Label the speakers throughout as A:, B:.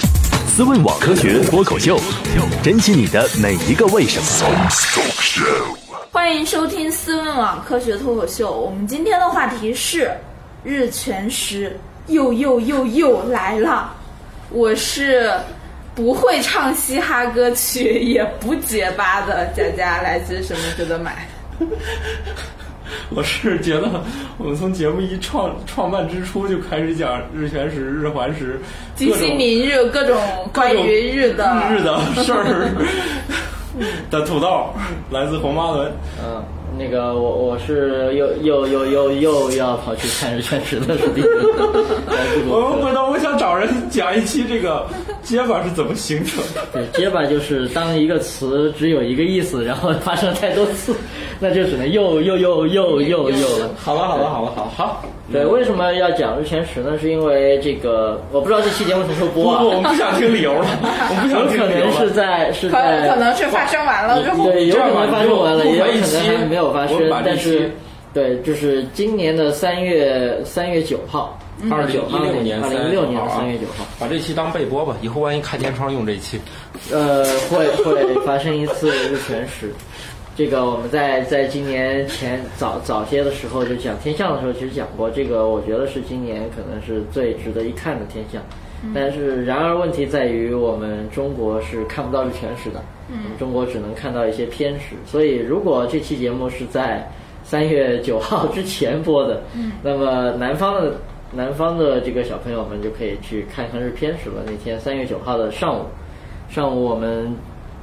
A: 思问网科学脱口秀，珍惜你的每一个为什么。
B: 欢迎收听思问网科学脱口秀。我们今天的话题是日全食，又又又又来了。我是不会唱嘻哈歌曲，也不结巴的佳佳，来自什么值得买？
C: 我是觉得我们从节目一创创办之初就开始讲日全食、日环食，各
B: 及
C: 种
B: 其明日各种关于日的
C: 日的事儿 的土豆，来自红八轮。
D: 嗯，那个我我是又又又又又要跑去看日全食的视频，来自
C: 我们
D: 谷
C: 回
D: 歌。
C: 头我想找人讲一期这个结巴是怎么形成的。
D: 对，结巴就是当一个词只有一个意思，然后发生太多次，那就只能又又又又又又了。
C: 好了好了好了好好，
D: 对，为什么要讲日全食呢？是因为这个，我不知道这期节目什么时候
C: 不
D: 播 啊
C: 不，我，们不想听理由了，我们不
D: 有
C: 想听
D: 可
C: 理
D: 能
C: 由
D: 是
C: 了。
D: 在是
B: 可
D: 在
B: 可能是发生完了之后，
D: 对，有可能发生完了，也有
C: 这样吧
D: 可能还没有发
C: 我们
D: 生
C: 把，这
D: 但
C: 期
D: 是对，就是今年的三月三月九号，
E: 二零
D: 九
E: 一六年
D: 嗯二
E: 三
D: 零一
E: 月
D: 六
E: 九
D: 年
E: 号
D: 的
E: 啊
D: 三月九号，
E: 把这期当备播吧，以后万一开天窗用这期。
D: 呃，会会发生一次日全食。这个我们在在今年前早早些的时候就讲天象的时候，其实讲过这个，我觉得是今年可能是最值得一看的天象。但是，然而问题在于我们中国是看不到日全食的，我们中国只能看到一些偏食。所以，如果这期节目是在三月九号之前播的，那么南方的南方的这个小朋友们就可以去看看日偏食了。那天三月九号的上午，上午我们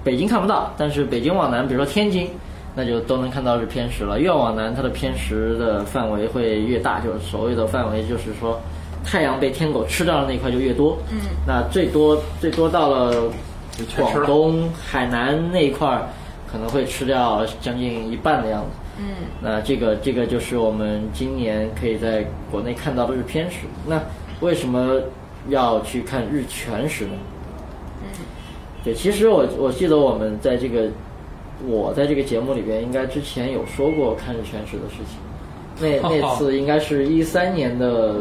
D: 北京看不到，但是北京往南，比如说天津，那就都能看到是偏食了。越往南，它的偏食的范围会越大，就是所谓的范围，就是说太阳被天狗吃掉的那一块就越多。嗯，那最多最多到了
E: 全吃
D: 广
E: 了
D: 东、海南那一块儿，可能会吃掉将近一半的样子。嗯，那这个这个就是我们今年可以在国内看到的日偏食。那为什么要去看日全食呢？对，其实我我记得我们在这个我在这个节目里边，应该之前有说过看日全食的事情。那那次应该是一三年的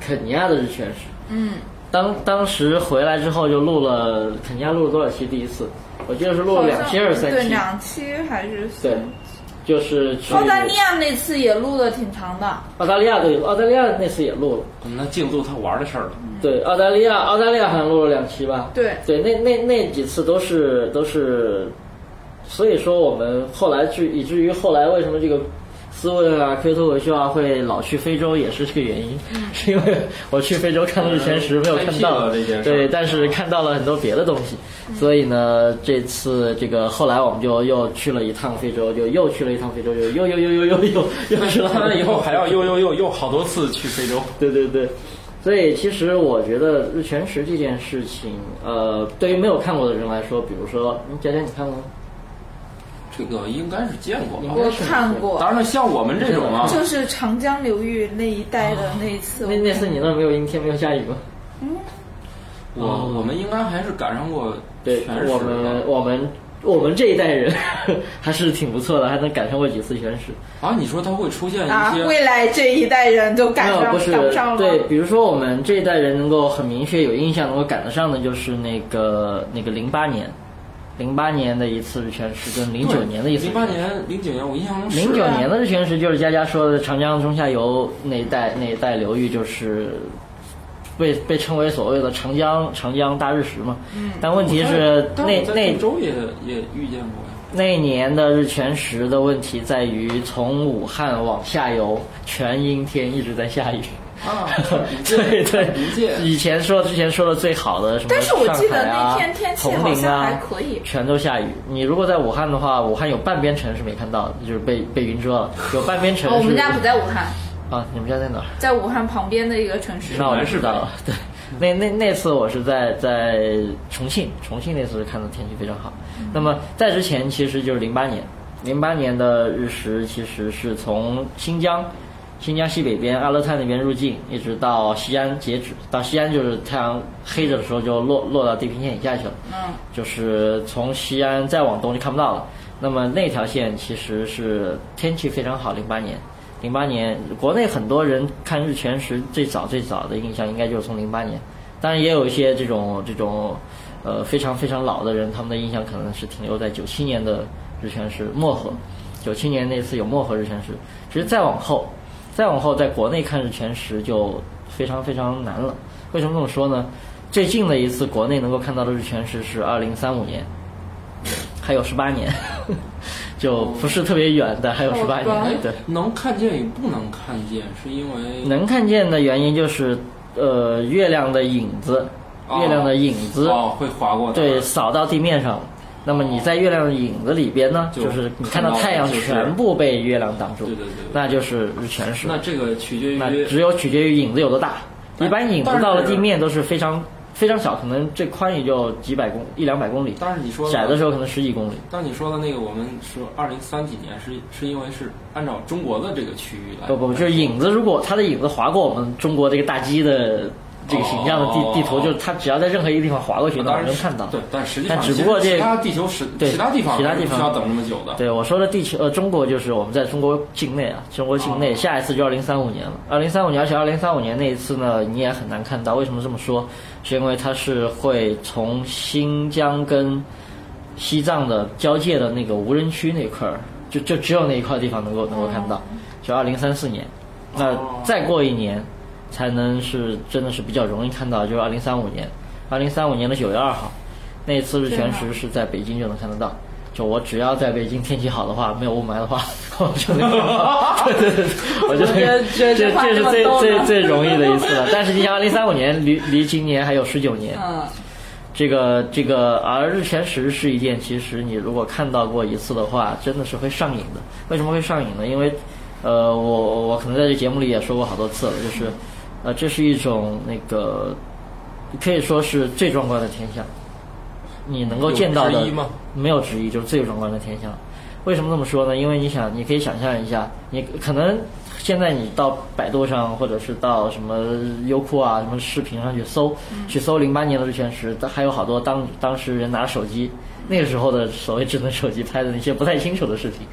D: 肯尼亚的日全食。
B: 嗯，
D: 当当时回来之后就录了肯尼亚录了多少期？第一次，我记得是录了两期还是三
B: 对
D: 期？
B: 两期还是三
D: 对，就是去
B: 澳大利亚那次也录的挺长的，
D: 澳大利亚对，澳大利亚那次也录了。
E: 那进度他玩的事儿 了，
D: 对，澳大利亚，澳大利亚好像录了两期吧？
B: 对
D: 对，那那那几次都是都是，所以说我们后来至以至于后来为什么这个思问啊、Q 脱口秀啊会老去非洲，也是这个原因，是 因为我去非洲看了日全食，没有看
E: 太屁
D: 到
E: 了这件事儿
D: 对，但是看到了很多别的东西，所以呢，这次这个后来我们就又去了一趟非洲，就又去了一趟非洲，就又又又又又又又去了。
E: 他以后还要又又又又好多次去非洲。
D: 对对对，所以其实我觉得日全食这件事情，呃，对于没有看过的人来说，比如说，嗯佳佳你看过吗？
E: 这个应该是见过吧？
B: 我看过
E: 当，然了，像我们这种啊，
B: 就是长江流域那一带的那一次。
D: 那那次你那儿没有阴天，没有下雨吗？
E: 我我们应该还是赶上过
D: 对，
E: 全食
D: 我
E: 的
D: 们我们我们这一代人 还是挺不错的，还能赶上过几次全食。
E: 啊。你说他会出现
B: 啊
E: 一，些
B: 未来这一代人都赶
D: 没有
B: 上
D: 不是
B: 赶不上了。
D: 对，比如说我们这一代人能够很明确有印象，能够赶得上的就是那个那个零八年，零八年的一次日全食跟零九年的一次日
E: 零
D: 全食
E: 八年、零九年，我印象中是啊
D: 零九年的日全食就是佳佳说的长江中下游那一带那一带流域，就是被被称为所谓的长江长江大日食嘛。但问题是
E: 但嗯
D: 那
E: 我在
D: 那
E: 郑州也也遇见过呀。
D: 那一年的日全食的问题在于，从武汉往下游全阴天，一直在下雨。
E: 啊
D: 对 对
E: 临界，
D: 以前说之前说的最好的什么、上
B: 但是我记得
D: 海啊
B: 那天天气
D: 铜
B: 好
D: 陵
B: 像
D: 啊
B: 还可以
D: 全都下雨。你如果在武汉的话，武汉有半边城是没看到的，就是被被云遮了，有半边城
B: 哦，我
D: 是。
B: 们家不在武汉，
D: 啊，你们家在哪儿？
B: 在武汉旁边的一个城市。
D: 那我
E: 南
D: 知
E: 市
D: 道了。对，那那那次我是在在重庆，重庆那次是看的天气非常好。那么在之前其实就是零八年，零八年的日食其实是从新疆。新疆西北边阿勒泰那边入境，一直到西安截止。到西安就是太阳黑着的时候就落落到地平线以下去了。
B: 嗯，
D: 就是从西安再往东就看不到了。那么那条线其实是天气非常好，零八年，零八年国内很多人看日全食最早最早的印象应该就是从零八年，当然也有一些这种这种呃非常非常老的人，他们的印象可能是停留在九七年的日全食漠河，九七年那次有漠河日全食。其实再往后，再往后，在国内看日全食就非常非常难了。为什么这么说呢？最近的一次国内能够看到的日全食是二零三五年，还有十八年， 就不是特别远的，还有十八
B: 好吧
D: 年，对。
E: 哎能看见与不能看见，是因为
D: 能看见的原因就是，呃，月亮的影子，
E: 哦
D: 月亮的影子，
E: 哦会划过的
D: 对，扫到地面上了。那么你在月亮的影子里边呢，
E: 就
D: 就是你看
E: 看到
D: 到太阳
E: 就是
D: 全部被月亮挡住，
E: 对对对对
D: 那就是日全食。
E: 那这个取决于
D: 那只有取决于影子有多大，一
E: 但
D: 般影子
E: 但是
D: 到了地面都是非常非常小，可能最宽也就几百公一两百公里，
E: 但是你说
D: 窄的时候可能十几公里。
E: 当你说的那个，我们说二零三几年是是因为是按照中国的这个区域来，
D: 不不，不就是影子，如果它的影子划过我们中国这个大鸡的这个形象的地、
E: 哦
D: 地图，就是它只要在任何一个地方划过去，
E: 啊
D: 那
E: 当
D: 我
E: 然
D: 能
E: 是
D: 看到。
E: 对，但实际上
D: 但只
E: 其
D: 不
E: 实
D: 过这
E: 其他地球是
D: 对
E: 其他地方
D: 其他
E: 是
D: 地
E: 不
D: 方
E: 需要等那么久的，
D: 对我说的地球呃中国就是我们在中国境内啊，中国境内、下一次就二零三五年了。二零三五年，而且二零三五年那一次呢，你也很难看到。为什么这么说？是因为它是会从新疆跟西藏的交界的那个无人区那块儿，就就只有那一块地方能够能够看到，就二零三四年。那再过一年，才能是真的是比较容易看到，就是二零三五年，二零三五年的九月二号，那一次日全
B: 啊
D: 食是在北京就能看得到。就我只要在北京天气好的话，没有雾霾的话， 我 就能看到。对对对，我就能
B: 这
D: 这
B: 这话
D: 这
B: 这
D: 是
B: 么
D: 最
B: 逗
D: 最
B: 呢
D: 最容易的一次了。但是你想，二零三五年离离今年还有十九年，
B: 嗯，
D: 这个这个，而日全食是一件，其实你如果看到过一次的话，真的是会上瘾的。为什么会上瘾呢？因为，呃，我我可能在这节目里也说过好多次了，就是，呃，这是一种那个，可以说是最壮观的天象，你能够见到的
E: 有之一吗
D: 没有之一，就是最壮观的天象。为什么这么说呢？因为你想，你可以想象一下，你可能现在你到百度上，或者是到什么优酷啊、什么视频上去搜，去搜零八年的日全食，但还有好多当当时人拿手机，那个时候的所谓智能手机拍的那些不太清楚的视频，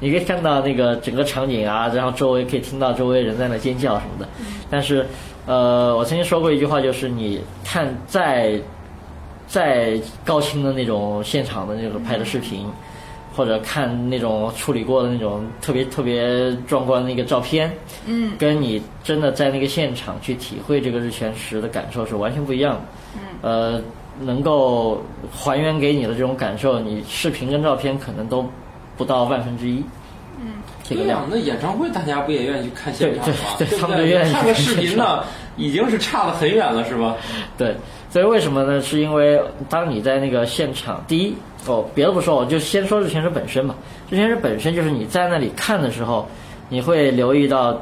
D: 你可以看到那个整个场景啊，然后周围可以听到周围人在那尖叫什么的。但是，呃，我曾经说过一句话，就是你看在在高清的那种现场的那种拍的视频，或者看那种处理过的那种特别特别壮观的一个照片，嗯，跟你真的在那个现场去体会这个日全食的感受是完全不一样的。嗯，呃，能够还原给你的这种感受，你视频跟照片可能都不到万分之一。嗯，这个
E: 对
D: 量
E: 呀，。那演唱会大家不也愿意去看现场吗？
D: 对对对
E: 不
D: 他们就愿意去
E: 看
D: 看
E: 个视频呢，已经是差得很远了，是吧？
D: 对，所以为什么呢？是因为当你在那个现场，第一哦，别的不说，我就先说日全食本身吧。日全食本身就是你在那里看的时候，你会留意到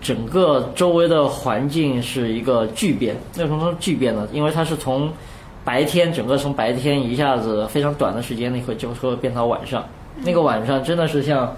D: 整个周围的环境是一个巨变。为什么说巨变呢？因为它是从白天，整个从白天一下子非常短的时间内会就会变到晚上，那个晚上真的是像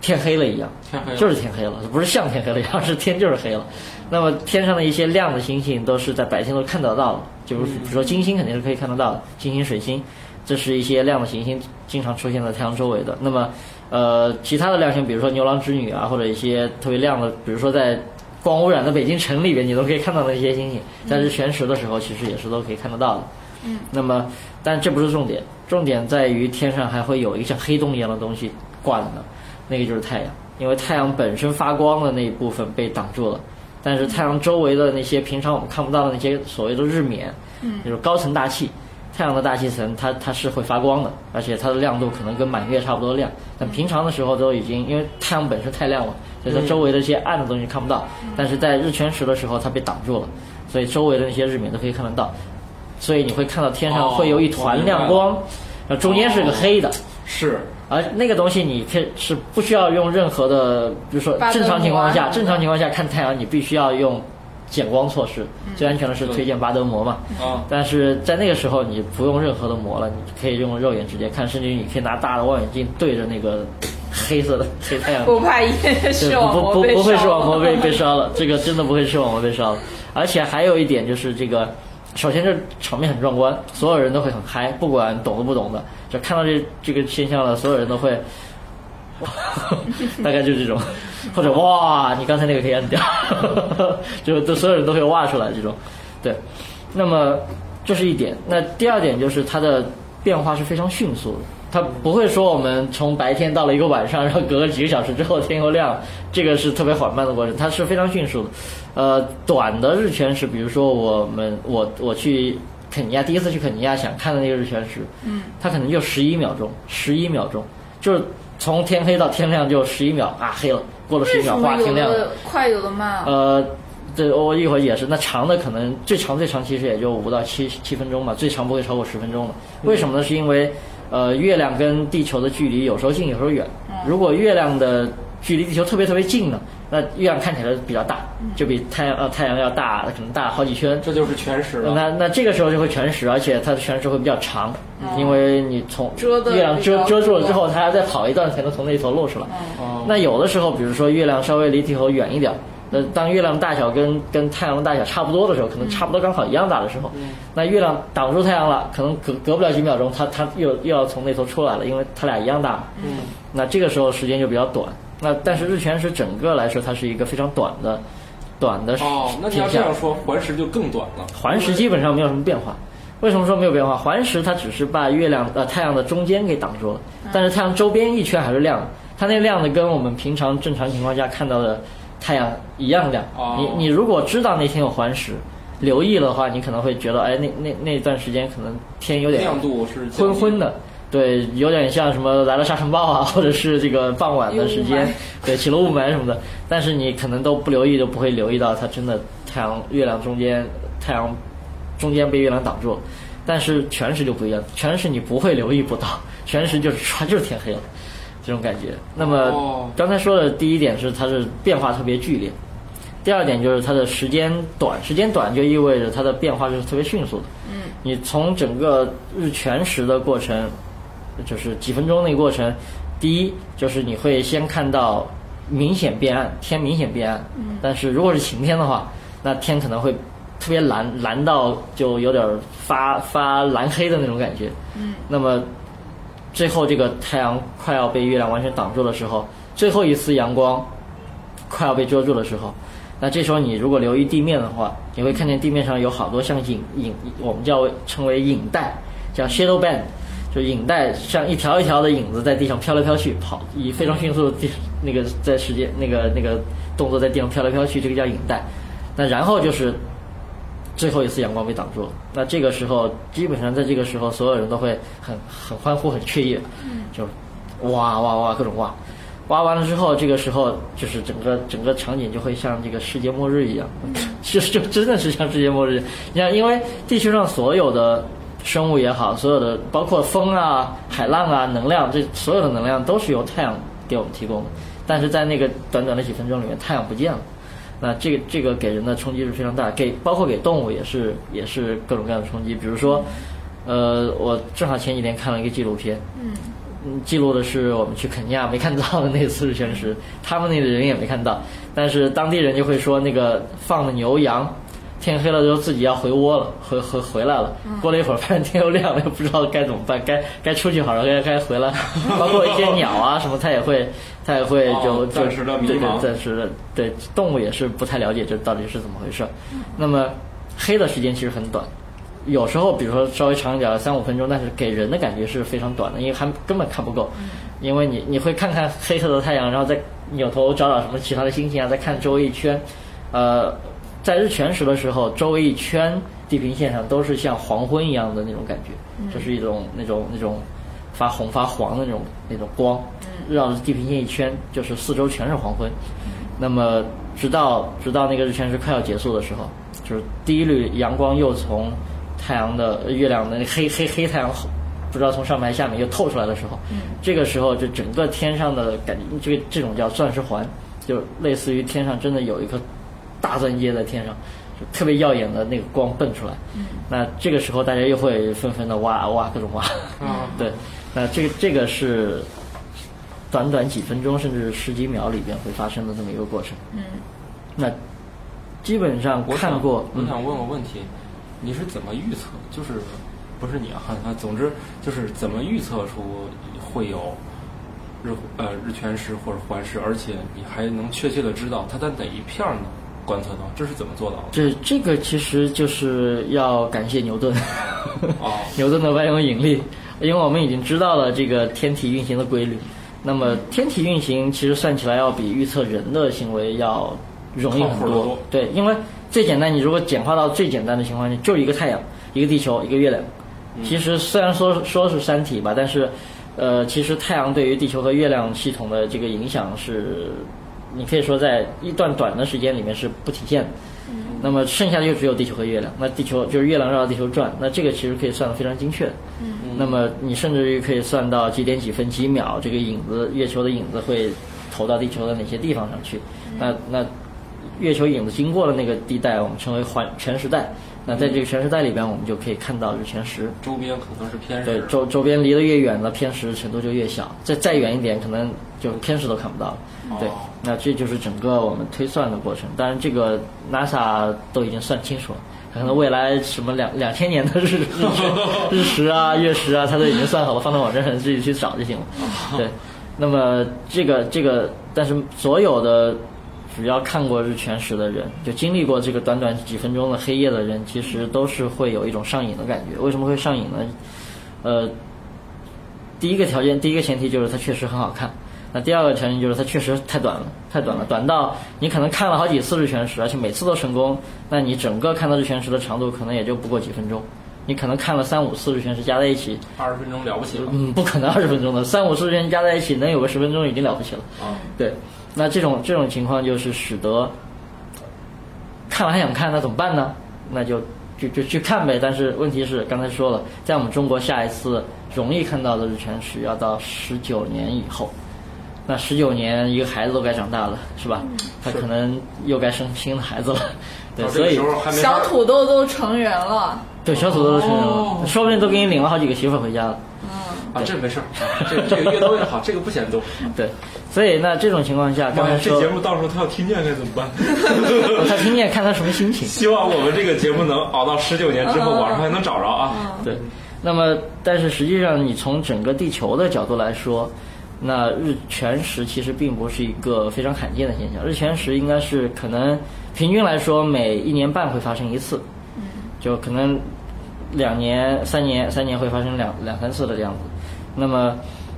D: 天黑了一样，
E: 天黑了
D: 就是天黑了，不是像天黑了一样，是天就是黑了。那么天上的一些亮的星星都是在白天都看得到的，就是
E: 嗯
D: 比如说金星肯定是可以看得到的，金星、水星，这是一些亮的行星经常出现在太阳周围的。那么，呃，其他的亮星，比如说牛郎织女啊，或者一些特别亮的，比如说在光污染的北京城里边，你都可以看到那些星星，
E: 嗯
D: 在日全食的时候，其实也是都可以看得到的。嗯，那么，但这不是重点，重点在于天上还会有一个像黑洞一样的东西挂在那儿，那个就是太阳，因为太阳本身发光的那一部分被挡住了，但是太阳周围的那些平常我们看不到的那些所谓的日冕，嗯，就是高层大气，太阳的大气层它它是会发光的，而且它的亮度可能跟满月差不多亮，但平常的时候都已经因为太阳本身太亮了，所以它周围的一些暗的东西看不到，但是在日全食的时候它被挡住了，所以周围的那些日冕都可以看得到，所以你会看到天上
E: 哦
D: 会有一团亮光，然后中间是个黑的。
E: 是，
D: 而那个东西你可以是不需要用任何的，比如说
B: 发
D: 正常情况
B: 灯
D: 下，
B: 膜啊
D: 正常情况下看太阳，你必须要用减光措施。
B: 嗯
D: 最安全的是推荐巴德膜嘛，
E: 啊，
D: 但是在那个时候你不用任何的膜了，你可以用肉眼直接看，甚至于你可以拿大的望远镜对着那个黑色的 黑太阳。
B: 不怕也
D: 对
B: 视网
D: 不
B: 膜
D: 不
B: 被
D: 不会视
B: 烧
D: 网 膜被被
B: 了
D: 烧了，这个真的不会视网膜被烧了。而且还有一点就是这个，首先这场面很壮观，所有人都会很嗨，不管懂的不懂的，就看到这这个现象了，所有人都会， 大概就这种， 或者哇，你刚才那个可以按掉，就都所有人都会哇出来这种。对，那么这是一点。那第二点就是它的变化是非常迅速的，它不会说我们从白天到了一个晚上，然后隔了几个小时之后天又亮了，这个是特别缓慢的过程，它是非常迅速的。呃，短的日全食，比如说我们我我去肯尼亚第一次去肯尼亚想看的那个日全食，嗯，它可能就十一秒钟，十一秒钟，就是从天黑到天亮就十一秒啊，黑了，过了十
B: 为
D: 一秒，
B: 什
D: 哗，
B: 么
D: 天
B: 有
D: 亮了。
B: 的快有的慢？
D: 呃，对，我一会儿也是。那长的可能最长最长其实也就五到七七分钟吧，最长不会超过十分钟的。
B: 嗯
D: 为什么呢？是因为呃，月亮跟地球的距离有时候近，有时候远。
B: 嗯
D: 如果月亮的距离地球特别特别近呢，那月亮看起来比较大，
B: 嗯
D: 就比太阳呃太阳要大，可能大好几圈。
E: 这就是全食了。
D: 那那这个时候就会全食，而且它的全食会比较长，因为你从
B: 嗯遮得
D: 月亮
B: 比
D: 遮
B: 较嗯
D: 遮住了之后，
B: 多
D: 它还要再跑一段才能从那一头露出来。
E: 哦
D: 那有的时候，比如说月亮稍微离地球远一点，那当月亮大小跟跟太阳的大小差不多的时候，可能差不多刚好一样大的时候，
E: 嗯
D: 那月亮挡住太阳了，可能隔隔不了几秒钟，它它又又要从那头出来了，因为它俩一样大。嗯，那这个时候时间就比较短。那但是日全食整个来说，它是一个非常短的短的
E: 哦，那你要
D: 景
E: 这
D: 象
E: 样说，环食就更短了。
D: 环食基本上没有什么变化。为什么说没有变化？环食它只是把月亮呃太阳的中间给挡住了，
E: 嗯
D: 但是太阳周边一圈还是亮的。它那亮的跟我们平常正常情况下看到的太阳一样亮。
E: 哦
D: 你你如果知道那天有环食，留意的话，你可能会觉得哎那那那段时间可能天有点
E: 亮度是降低
D: 昏昏的，对，有点像什么来了沙尘暴啊， 或者是这个傍晚的时
B: 有雾
D: 间
B: 霾，
D: 对，起了雾霾什么的。但是你可能都不留意，就不会留意到它真的太阳、月亮中间，太阳中间被月亮挡住了。但是全食就不一样，全食你不会留意不到，全食就是唰就是天黑了，这种感觉。那
E: 哦
D: 么刚才说的第一点是它是变化特别剧烈，第二点就是它的时间短，时间短就意味着它的变化是特别迅速的。嗯，你从整个日全食的过程，就是几分钟那个过程，第一就是你会先看到明显变暗，天明显变暗。嗯，但是如果是晴天的话，那天可能会特别蓝，蓝到就有点发发蓝黑的那种感觉。嗯，那么最后这个太阳快要被月亮完全挡住的时候，最后一丝阳光快要被遮住的时候，那这时候你如果留意地面的话，你会看见地面上有好多像影影，我们叫称为影带，叫 shadow band，就影带像一条一条的影子在地上飘来飘去，跑以非常迅速的地那个在时间那个那个动作在地上飘来飘去，这个叫影带。那然后就是最后一次阳光被挡住了。那这个时候，基本上在这个时候，所有人都会很很欢呼、很雀跃，就哇哇哇各种哇。挖完了之后，这个时候就是整个整个场景就会像这个世界末日一样， 就就真的是像世界末日。你看，因为地球上所有的生物也好，所有的包括风啊、海浪啊、能量，这所有的能量都是由太阳给我们提供的。但是在那个短短的几分钟里面，太阳不见了。那这个这个给人的冲击是非常大，给包括给动物也是也是各种各样的冲击。比如说，呃，我正好前几天看了一个纪录片，嗯，记录的是我们去肯尼亚没看到的那次日全食，他们那里人也没看到，但是当地人就会说那个放的牛羊。天黑了之后自己要回窝了，回回回来了。过了一会儿，发现天又亮了，又不知道该怎么办，该该出去好了，该该回来。包括一些鸟啊什么，它也会，它也会就
E: 哦
D: 就
E: 暂时的迷
D: 对对
E: 茫
D: 暂时的对动物也是不太了解这到底是怎么回事儿。那么黑的时间其实很短，有时候比如说稍微长一点儿三五分钟，但是给人的感觉是非常短的，因为还根本看不够，因为你你会看看黑色的太阳，然后再扭头找找什么其他的星星啊，再看周围一圈，呃，在日全食的时候，周围一圈地平线上都是像黄昏一样的那种感觉，就是一种那种那种发红发黄的那种那种光，绕着地平线一圈，就是四周全是黄昏。那么直到直到那个日全食快要结束的时候，就是第一缕阳光又从太阳的呃月亮的那黑黑黑太阳后不知道从上面还是下面又透出来的时候，这个时候就整个天上的感觉，这个这种叫钻石环，就类似于天上真的有一颗大钻戒在天上，就特别耀眼的那个光蹦出来。那这个时候大家又会纷纷的哇哇各种哇， 对，那这个这个是短短几分钟甚至十几秒里边会发生的这么一个过程。嗯，那基本上
E: 我想
D: 看过，
E: 我
D: 嗯
E: 想问个问题，你是怎么预测？就是不是你啊？ 啊总之就是怎么预测出会有日呃日全食或者环食，而且你还能确切的知道它在哪一片儿呢？观测到？这是怎么做到的？
D: 这这个其实就是要感谢牛顿，
E: 哦
D: 牛顿的万有引力，因为我们已经知道了这个天体运行的规律。那么天体运行其实算起来要比预测人的行为要容易很
E: 靠谱得多
D: 对，因为最简单，你如果简化到最简单的情况下，就一个太阳、一个地球、一个月亮。
E: 嗯
D: 其实虽然说说是三体吧，但是，呃，其实太阳对于地球和月亮系统的这个影响是，你可以说在一段短的时间里面是不体现的。
E: 嗯
D: 那么剩下的就只有地球和月亮。那地球就是月亮绕着地球转，那这个其实可以算得非常精确。嗯，那么你甚至于可以算到几点几分几秒，这个影子月球的影子会投到地球的哪些地方上去。那那月球影子经过了那个地带，我们称为环全时带。那在这个全时带里边，我们就可以看到日全食。
E: 周边可能是偏
D: 对
E: 食，
D: 周周边离得越远了，偏食程度就越小。再再远一点，可能就偏食都看不到了。对
E: 哦，
D: 那这就是整个我们推算的过程。当然，这个 NASA 都已经算清楚了，可能未来什么两两千年的日日日食啊、月食啊，它都已经算好了，放到网站上自己去找就行了。对，那么这个这个，但是所有的只要看过日全食的人，就经历过这个短短几分钟的黑夜的人，其实都是会有一种上瘾的感觉。为什么会上瘾呢？呃，第一个条件，第一个前提就是它确实很好看。那第二个条件就是它确实太短了，太短了，短到你可能看了好几次日全食，而且每次都成功，那你整个看到日全食的长度可能也就不过几分钟。你可能看了三五次日全食加在一起，
E: 二十分钟了不起了。
D: 嗯，不可能二十分钟的，三五十人加在一起能有个十分钟已经了不起了。
E: 啊，
D: 对，那这种这种情况就是使得看完还想看，那怎么办呢？那就就就去看呗。但是问题是，刚才说了，在我们中国下一次容易看到的日全食要到十九年以后。那十九年，一个孩子都该长大了，是吧？他可能又该生新的孩子了，对，
E: 到这
D: 所
E: 个
D: 以
E: 时候还没法
B: 小土豆都成人了，
D: 对小土豆都成人了
E: 哦，
D: 说不定都给你领了好几个媳妇儿回家了。
E: 啊，这没事儿，啊这这个越多越好，这个不嫌多。哎
D: 对，所以那这种情况下，刚
C: 妈
D: 才
C: 呀，
D: 说
C: 这节目到时候他要听见该怎么 办？
D: 他听见看他什么心情。
C: 希望我们这个节目能熬到十九年之后，
B: 嗯
C: 网上还能找着啊。
D: 对，那么但是实际上，你从整个地球的角度来说，那日全食其实并不是一个非常罕见的现象。日全食应该是可能平均来说每一年半会发生一次，就可能两年、三年、三年会发生两两三次的这样子。那么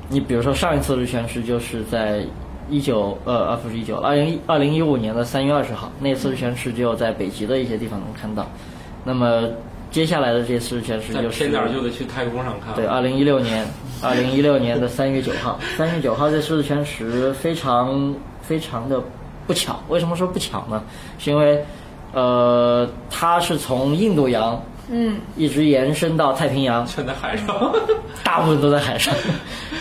D: 你比如说上一次日全食就是在。一九呃啊不是一九二零二零一五年的三月二十号，那次日全食只有在北极的一些地方能看到。那么接下来的这次日全食
E: 再
D: 就是
E: 偏点儿就得去太空上看。
D: 嗯对，啊二零一六年，二零一六年的三月九号，三月九号这狮子全食非常非常的不巧。为什么说不巧呢？是因为，呃，它是从印度洋
B: 嗯，
D: 一直延伸到太平洋，
E: 全在海上，
D: 大部分都在海上。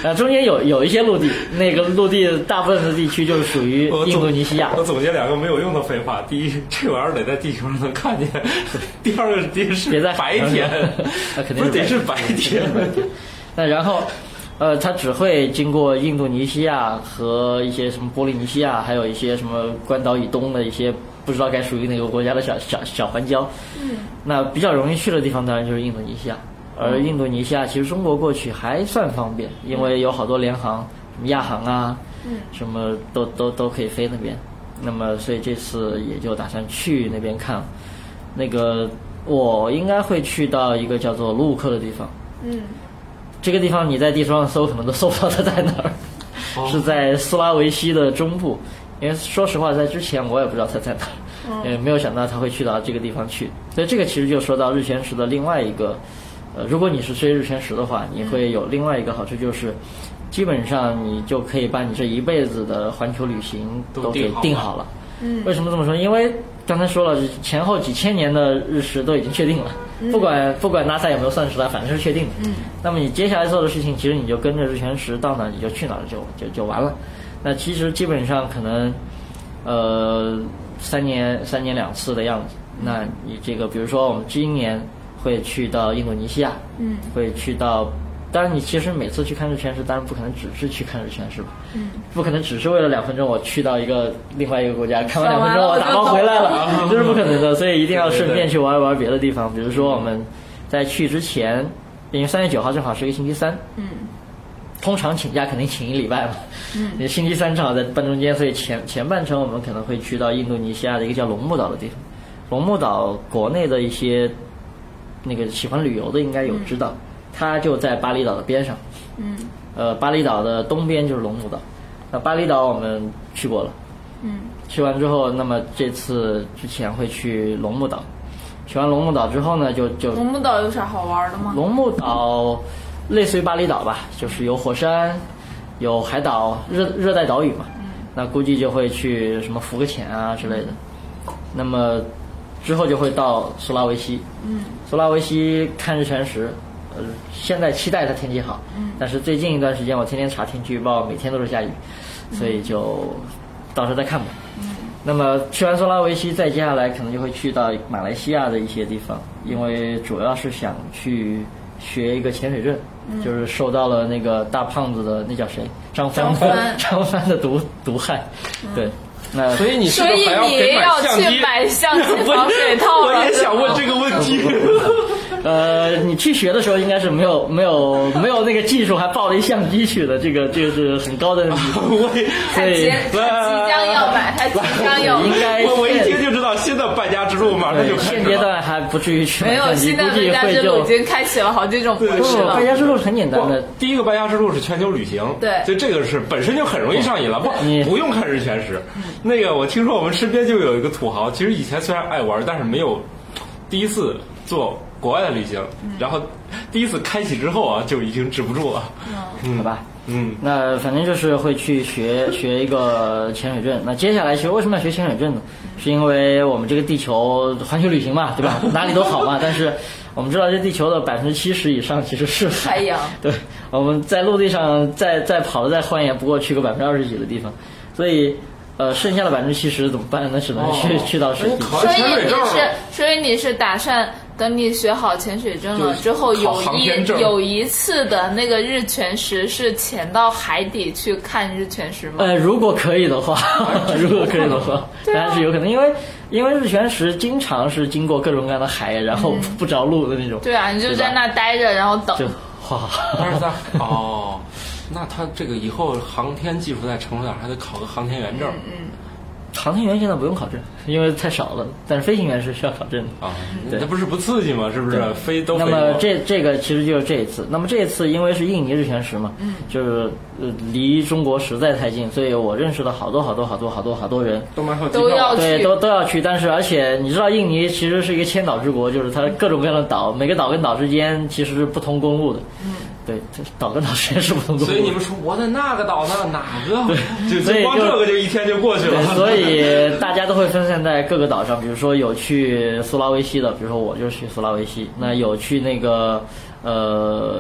D: 呃，中间有有一些陆地，那个陆地大部分的地区就是属于
C: 我
D: 印
C: 总
D: 度尼西亚。
C: 我总结两个没有用的废话：第一，这玩意儿得在地球上能看见； 第二个得是
D: 别在海
C: 白
D: 上，
C: 天
D: 那肯定
C: 不
D: 是
C: 是得
D: 白
C: 是白天。
D: 那然后，呃，它只会经过印度尼西亚和一些什么波利尼西亚，还有一些什么关岛以东的一些不知道该属于哪个国家的小小小环礁。嗯。那比较容易去的地方当然就是印度尼西亚，而印度尼西亚其实中国过去还算方便，因为有好多联航，什么亚航啊，嗯，什么都都都可以飞那边。那么，所以这次也就打算去那边看了。那个，我应该会去到一个叫做卢武克的地方。
B: 嗯
D: 这个地方你在地图上搜，可能都搜不到它在哪儿，
E: 哦
D: 是在斯拉维西的中部。因为说实话，在之前我也不知道它在哪儿，也没有想到它会去到这个地方去。所以这个其实就说到日全食的另外一个，呃，如果你是追日全食的话，你会有另外一个好处就是。基本上你就可以把你这一辈子的环球旅行
E: 都
D: 都给
E: 定好
D: 定
E: 了
D: 好了。嗯，为什么这么说？因为刚才说了，前后几千年的日食都已经确定了，不管不管 NASA 有没有算出来，反正是确定的。嗯，那么你接下来做的事情，其实你就跟着日全食到哪儿你就去哪儿就就就完了。那其实基本上可能，呃，三年三年两次的样子。那你这个，比如说我们今年会去到印度尼西亚，嗯，会去到。当然，你其实每次去看日全食，当然不可能只是去看日全食吧？嗯，不可能只是为了两分钟我去到一个另外一个国家，看完两分钟我打包回来了，啊这是不可能的。所以一定要顺便去玩一玩别的地方，比如说我们在去之前，因为三月九号正好是一个星期三，嗯，通常请假肯定请一礼拜嘛。嗯，星期三正好在半中间，所以前前半程我们可能会去到印度尼西亚的一个叫龙目岛的地方。龙目岛国内的一些那个喜欢旅游的应该有知道，它就在巴厘岛的边上。
B: 嗯
D: 呃，巴厘岛的东边就是龙目岛。那巴厘岛我们去过了，
B: 嗯
D: 去完之后，那么这次之前会去龙目岛。去完龙目岛之后呢，就就
B: 龙目岛有啥好玩的吗？
D: 龙目岛类似于巴厘岛吧，就是有火山，有海岛，热热带岛屿嘛。那估计就会去什么浮个潜啊之类的。那么之后就会到苏拉维西。嗯。苏拉维西看日全食，呃，现在期待它天气好。嗯。但是最近一段时间，我天天查天气预报，每天都是下雨，所以就到时候再看吧。那么去完苏拉维西，再接下来可能就会去到马来西亚的一些地方，因为主要是想去学一个潜水证，就是受到了那个大胖子的那叫谁张帆
B: 张帆
D: 张帆的毒毒害，对，那
C: 所以你是
B: 所
C: 不
B: 以
C: 是还要
B: 你
C: 给
B: 要
C: 买相
B: 去
C: 机？
B: 买相机
C: 我
B: 防水套啊
C: 我
B: 了。
C: 也想问这个问题。
D: 呃，你去学的时候应该是没有没有没有那个技术，还抱着一相机去的，这个这个是很高的，
C: 我也
B: 他即
D: 对
B: 他即将要买，他即将要买
D: 应。该
C: 我我一
D: 现
C: 听就知道，现在败家之路马上就
D: 对
C: 开始
D: 现阶
C: 了。
D: 段还不至于去买
B: 没有，
D: 相机，
B: 现
D: 估
B: 在
D: 计
B: 回家
D: 会
B: 之路已
D: 就。
B: 经开启了好几种模式
D: 不，
B: 了
D: 败。家之路是很简单的，
C: 第一个败家之路是全球旅行，
B: 对
C: 所以这个是本身就很容易上瘾了，不
D: 你
C: 不用看日全食。
D: 嗯
C: 那个我听说我们身边就有一个土豪，其实以前虽然爱玩，但是没有第一次做国外的旅行，
D: 嗯
C: 然后第一次开启之后啊，就已经止不住了。
D: 好吧？
C: 嗯，
D: 那反正就是会去学学一个潜水证。那接下来其实为什么要学潜水证呢？是因为我们这个地球环球旅行嘛，对 吧？哪里都好嘛，但是我们知道这地球的百分之七十以上其实是
B: 海洋。
D: 对，我们在陆地上再再跑了再换也不过去个百分之二十几的地方，所以呃，剩下的百分之七十怎么办？那只能去、
C: 哦
D: 去到水底。
C: 考
B: 所以
C: 潜水
B: 你
C: 证
B: 是
C: 了，
B: 所以你是打算等你学好潜水证了
C: 就是
B: 之后，有
C: 考航
B: 一
C: 天证
B: 有一次的那个日全食是潜到海底去看日全食吗？
D: 呃，如果可 以的话，如果可以的话，
B: 对
D: 当
B: 啊
D: 然是有可能，因为因为日全食经常是经过各种各样的海，然后不着陆的那种。
B: 嗯对啊，你就
D: 对吧
B: 在那待着，然后等
D: 就哇，
C: 但是在哦，那他这个以后航天技术再成熟点，还得考个航天员证
D: 嗯航天员现在不用考证，因为太少了，但是飞行员是需要考证的。
C: 啊，
D: 对
C: 那不是不刺激吗？是不是
D: 嗯对
C: 飞都飞
D: 那
C: 过？
D: 么这这个其实就是这一次，那么这一次因为是印尼日全食嘛，嗯，就是呃离中国实在太近，所以我认识了好多好多好多好多好多人，
C: 都蛮好奇
B: 都
C: 妙
B: 要
D: 对，
B: 去
D: 都都要去。但是而且你知道，印尼其实是一个千岛之国，就是它各种各样的岛，每个岛跟岛之间其实是不同公路的。嗯，对，这岛跟岛之间是不 同公路的。
C: 所以你们说我在那个岛上哪
E: 啊
C: 个？就
D: 所以
C: 就光
D: 就
C: 这个就一天就过去
D: 对，
C: 了。
D: 所 以大家都会分散在各个岛上，比如说有去苏拉维西的，比如说我就是去苏拉维西，那有去那个呃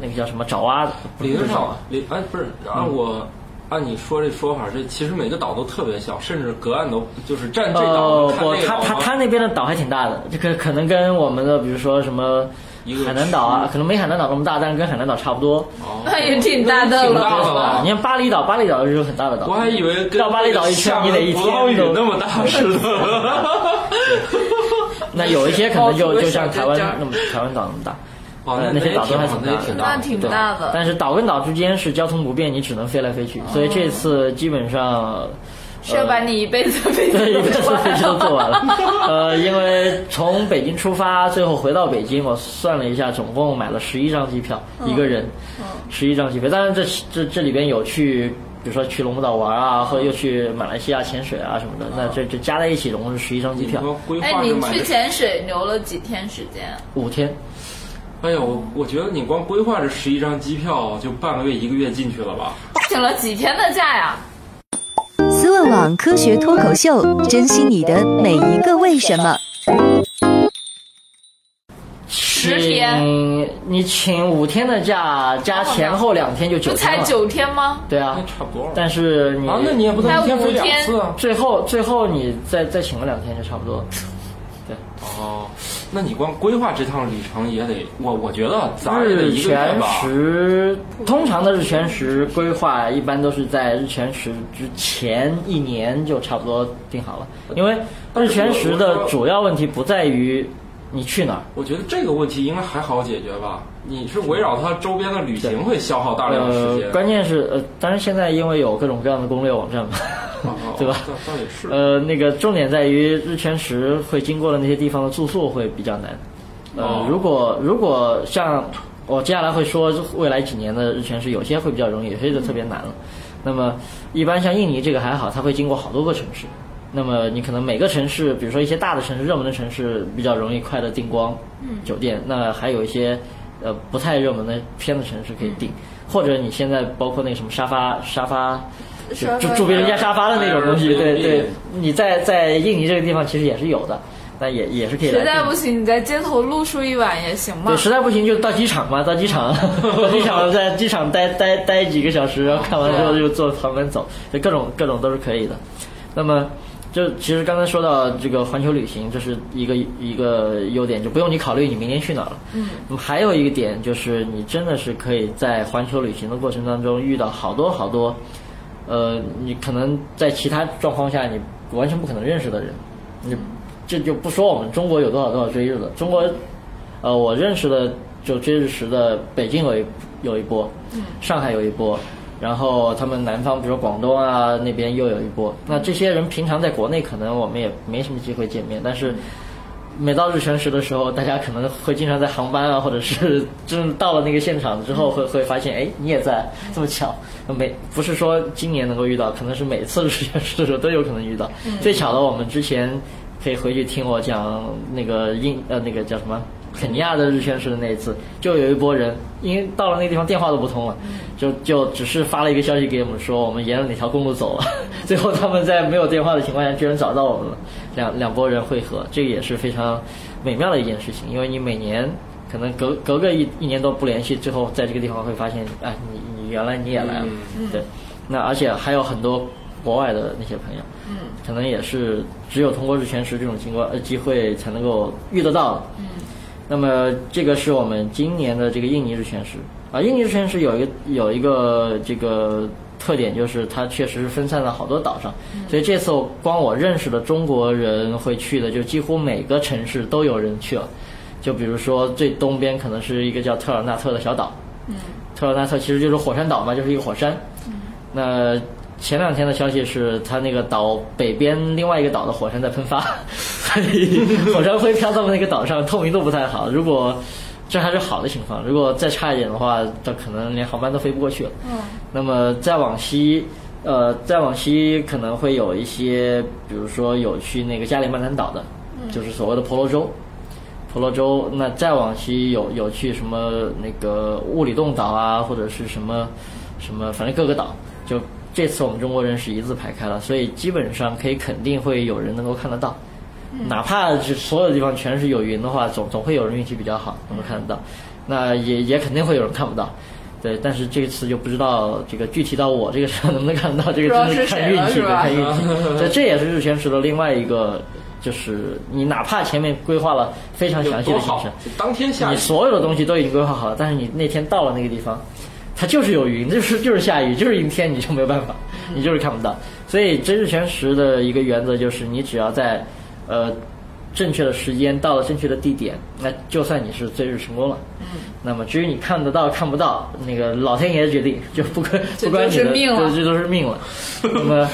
D: 那个叫什么爪哇的，不是
E: 理论
D: 爪
E: 上
D: 哇，
E: 理哎不是
D: 嗯
E: 按我按你说这说法，这其实每个岛都特别小，甚至隔岸都就是站这岛
D: 呃，
E: 看
D: 不，
E: 那
D: 他
E: 岛
D: 他
E: 吗
D: 他那边的岛还挺大的，这个可能跟我们的比如说什么
E: 一个嗯
D: 海南岛啊，可能没海南岛那么大，但是跟海南岛差不多。
E: 哦
B: 那也挺大的
E: 挺
B: 了。
E: 大的了
D: 啊你看巴厘岛，巴厘岛是个很大的岛。
E: 我还以为跟
D: 到巴厘岛一圈
E: 厦
D: 你
E: 门
D: 得一天
E: 葡萄雨
D: 都
E: 那么 大似的。
D: 那有一些可能
E: 冒
D: 就
E: 出个
D: 就像
E: 小
D: 台湾
E: 尖尖儿
D: 那么台湾岛那么大，
E: 哦，
D: 呃
E: 那
D: 些
E: 也
D: 岛都
E: 挺
D: 还
E: 好
D: 挺
E: 那也
D: 大
E: 挺
D: 的，
E: 大
B: 那挺
D: 对啊
B: 大的
D: 但是岛跟岛之间是交通不便，你只能飞来飞去，所以这次基本
E: 哦
D: 上。
B: 是要把你一辈子飞
D: 对， 一
B: 机
D: 个
B: 都
D: 坐飞机都坐完
B: 完
D: 了。呃，因为从北京出发，最后回到北京，我算了一下，总共买了十一张机票，一个人，十一张机票。当然这，这这里边有去，比如说去龙目岛玩啊，或者又去马来西亚潜水啊什么的。那这这加在一起，总共是十一张机
E: 你
D: 票，
E: 说规
B: 哎，
E: 划就
B: 你
E: 买
B: 去
E: 这
B: 潜水留了几天时间？啊
D: 五天。
E: 哎呀，我我觉得你光规划这十一张机票，就半个月一个月进去了吧？
B: 请了几天的假呀？
F: 思问网科学脱口秀，珍惜你的每一个为什么。
D: 十
B: 天，
D: 你请五天的假，加前后两天就九
B: 不
D: 天
B: 才
D: 了。
B: 九天吗？
D: 对啊
E: 那，差不多了。
D: 但是你
E: 啊，那你也不能一天飞两次啊。
D: 最后最后你再再请个两天就差不多。
E: 哦，那你光规划这趟旅程也得，我我觉得咱也得
D: 日
E: 一个月
D: 全
E: 吧。
D: 食，通常的日全食规划一般都是在日全食之前一年就差不多定好了，因为日全食的主要问题不在于你去哪儿？
E: 我觉得这个问题应该还好解决吧？你是围绕它周边的旅行会消耗大量时
D: 呃，
E: 间，
D: 关键是呃，当然现在因为有各种各样的攻略网站嘛，
E: 哦
D: 对吧？
E: 倒倒也是。
D: 呃，那个重点在于日全食会经过的那些地方的住宿会比较难。呃，
E: 哦
D: 如果如果像我接下来会说未来几年的日全食，有些会比较容易，有些就特别难了。那么一般像印尼这个还好，它会经过好多个城市。那么你可能每个城市，比如说一些大的城市、热门的城市，比较容易快的订光酒店。那还有一些呃不太热门的偏的城市可以订，或者你现在包括那个什么沙发沙发就
B: 沙发
D: 住住别人家沙发的那种东西，
E: Airbnb
D: 对对，你在在印尼这个地方其实也是有的，但也也是可以来
B: 实在
D: 订
B: 不
D: 的。
B: 行，你在街头露宿一晚也行嘛
D: 对，。实在不行就到机场嘛，到机场， 到机场在机场待待待几个小时，然后看完之后就坐航班走，就各种各种都是可以的。那么，就其实刚才说到这个环球旅行，这是一个一个优点，就不用你考虑你明年去哪儿了。嗯。那么还有一个点就是，你真的是可以在环球旅行的过程当中遇到好多好多，呃，你可能在其他状况下你完全不可能认识的人，你这就不说我们中国有多少多少追日了，中国，呃，我认识的就追日时的北京有一有一波，上海有一波，然后他们南方，比如说广东啊那边又有一波。那这些人平常在国内可能我们也没什么机会见面，但是每到日全食的时候，大家可能会经常在航班啊，或者是真的到了那个现场之后，会 会发现，哎，你也在，这么巧。那每不是说今年能够遇到，可能是每次日全食的时候都有可能遇到。最巧的，我们之前可以回去听我讲那个印呃那个叫什么肯尼亚的日全食的那一次，就有一波人，因为到了那个地方电话都不通了，就就只是发了一个消息给我们说我们沿着哪条公路走了， 最后他们在没有电话的情况下居然找到我们了，两两拨人汇合，这个也是非常美妙的一件事情，因为你每年可能隔隔个一一年多不联系，最后在这个地方会发现，哎，你你原来你也来了，对，那而且还有很多国外的那些朋友，嗯，可能也是只有通过日全食这种情况呃机会才能够遇得到的，嗯。那么这个是我们今年的这个印尼日全食啊，印尼日全食有一个有一个这个特点，就是它确实是分散在好多岛上，所以这次我光我认识的中国人会去的，就几乎每个城市都有人去了。就比如说最东边可能是一个叫特尔纳特的小岛，嗯，特尔纳特其实就是火山岛嘛，就是一个火山。那前两天的消息是，它那个岛北边另外一个岛的火山在喷发， 所以火山灰飘到那个岛上，透明度不太好。如果这还是好的情况，如果再差一点的话，它可能连航班都飞不过去了。嗯，那么再往西。呃，再往西可能会有一些，比如说有去那个加里曼丹岛的，就是所谓的婆罗洲。婆罗洲，那再往西有有去什么那个物理洞岛啊，或者是什么什么，反正各个岛。就这次我们中国人是一字排开了，所以基本上可以肯定会有人能够看得到，
B: 嗯
D: 哪怕是所有地方全是有云的话，总总会有人运气比较好能够看得到，那也也肯定会有人看不到。对，但是这次就不知道这个具体到我这个时候能不能看得到，这个真的
B: 不知道是
D: 看
B: 谁
D: 运
B: 了
D: 气，
B: 是
D: 对
B: 吧
D: 看运气。这这也是日全食的另外一个，就是你哪怕前面规划了非常
E: 有
D: 详细
E: 多
D: 的行
E: 好
D: 程，！
E: 当天下雨
D: 你，所有的东西都已经规划好了，但是你那天到了那个地方，它就是有云，就是就是下雨，就是阴天，你就没有办法，你就是看不到。所以真日全食的一个原则就是，你只要在呃正确的时间到了正确的地点，那就算你是追日成功了。那么至于你看得到看不到，那个老天爷决定，就不关
B: 这
D: 不关
B: 都
D: 你
B: 是
D: 的，
B: 命了
D: 对这都是命了。那么。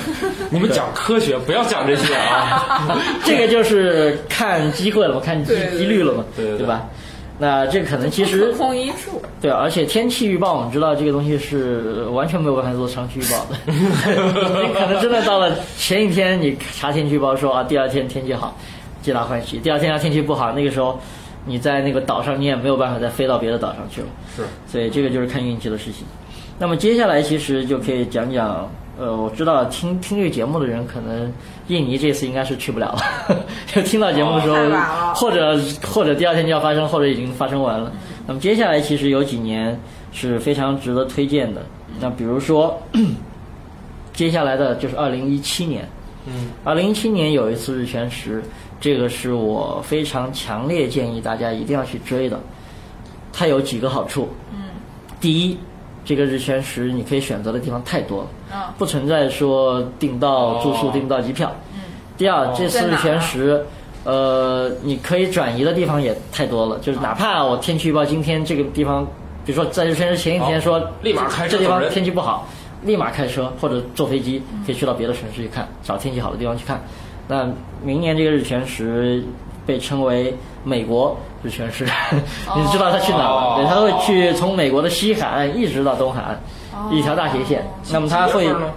E: 你们讲科学，不要讲这些啊！
D: 这个就是看机会了嘛，看机
B: 对对
D: 几率了嘛，
E: 对对对
D: 吧？那这可能其
B: 不可
D: 实
B: 控因素，
D: 对，而且天气预报我们知道这个东西是完全没有办法做长期预报 的，你可能真的到了前一天你查天气预报说啊，第二天天气好，皆大欢喜；第二天要天气不好，那个时候你在那个岛上你也没有办法再飞到别的岛上去了。
E: 是，
D: 所以这个就是看运气的事情。那么接下来其实就可以讲讲，呃，我知道听听这个节目的人，可能印尼这次应该是去不了了， 就听到节目的时候，
B: 哦太晚了
D: 或者或者第二天就要发生，或者已经发生完了。那么接下来其实有几年是非常值得推荐的，那比如说 接下来的就是二零一七年，嗯，二零一七年有一次日全食，这个是我非常强烈建议大家一定要去追的，它有几个好处，嗯，第一。这个日全食你可以选择的地方太多了，
B: 嗯
D: 不存在说订到住宿、
E: 哦嗯
D: 订到机票。第二，这次
B: 在
D: 日
B: 哪儿
D: 全
B: 啊
D: 食呃，你可以转移的地方也太多了，
E: 哦
D: 就是哪怕我天气预报今天这个地方，比如说在日全食前一天说
E: 好哦立马开车
D: 这地方
E: 走人嗯
D: 天气不好，立马开车或者坐飞机可以去到别的城市去看，找天气好的地方去看。那明年这个日全食被称为美国日全食，
E: 哦
D: 你知道它去哪儿了？对，它会去从美国的西海岸一直到东海岸，
E: 哦
D: 一条大斜线。那么它会
E: 几月份呢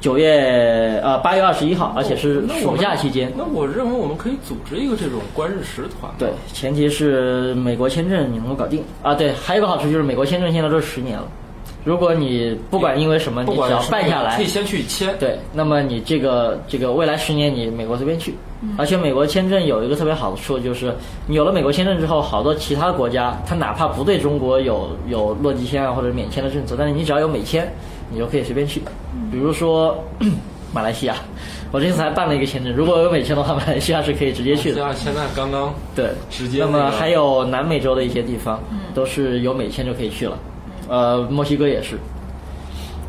D: 九月呃八月二十一号，而且是
E: 那我
D: 暑
E: 们
D: 假期间。
E: 那我认为我们可以组织一个这种观日食团。
D: 对，前提是美国签证你能够搞定啊。对，还有一个好处就是美国签证现在都是十年了，如果你不管因为什么，
E: 不
D: 你
E: 管
D: 只要
E: 是
D: 办下来
E: 可以，先去签。
D: 对，那么你这个这个未来十年你美国随便去，而且美国签证有一个特别好的处就是，你有了美国签证之后，好多其他国家它哪怕不对中国有有落地签啊或者免签的政策，但是你只要有美签，你就可以随便去。比如说 马来西亚，我这次还办了一个签证，如果有美签的话，马来西亚是可以直接去的。
E: 像现在刚刚
D: 对，
E: 直接
D: 那
E: 那
D: 么
E: 个
D: 还有南美洲的一些地方，都是有美签就可以去了，呃，墨西哥也是。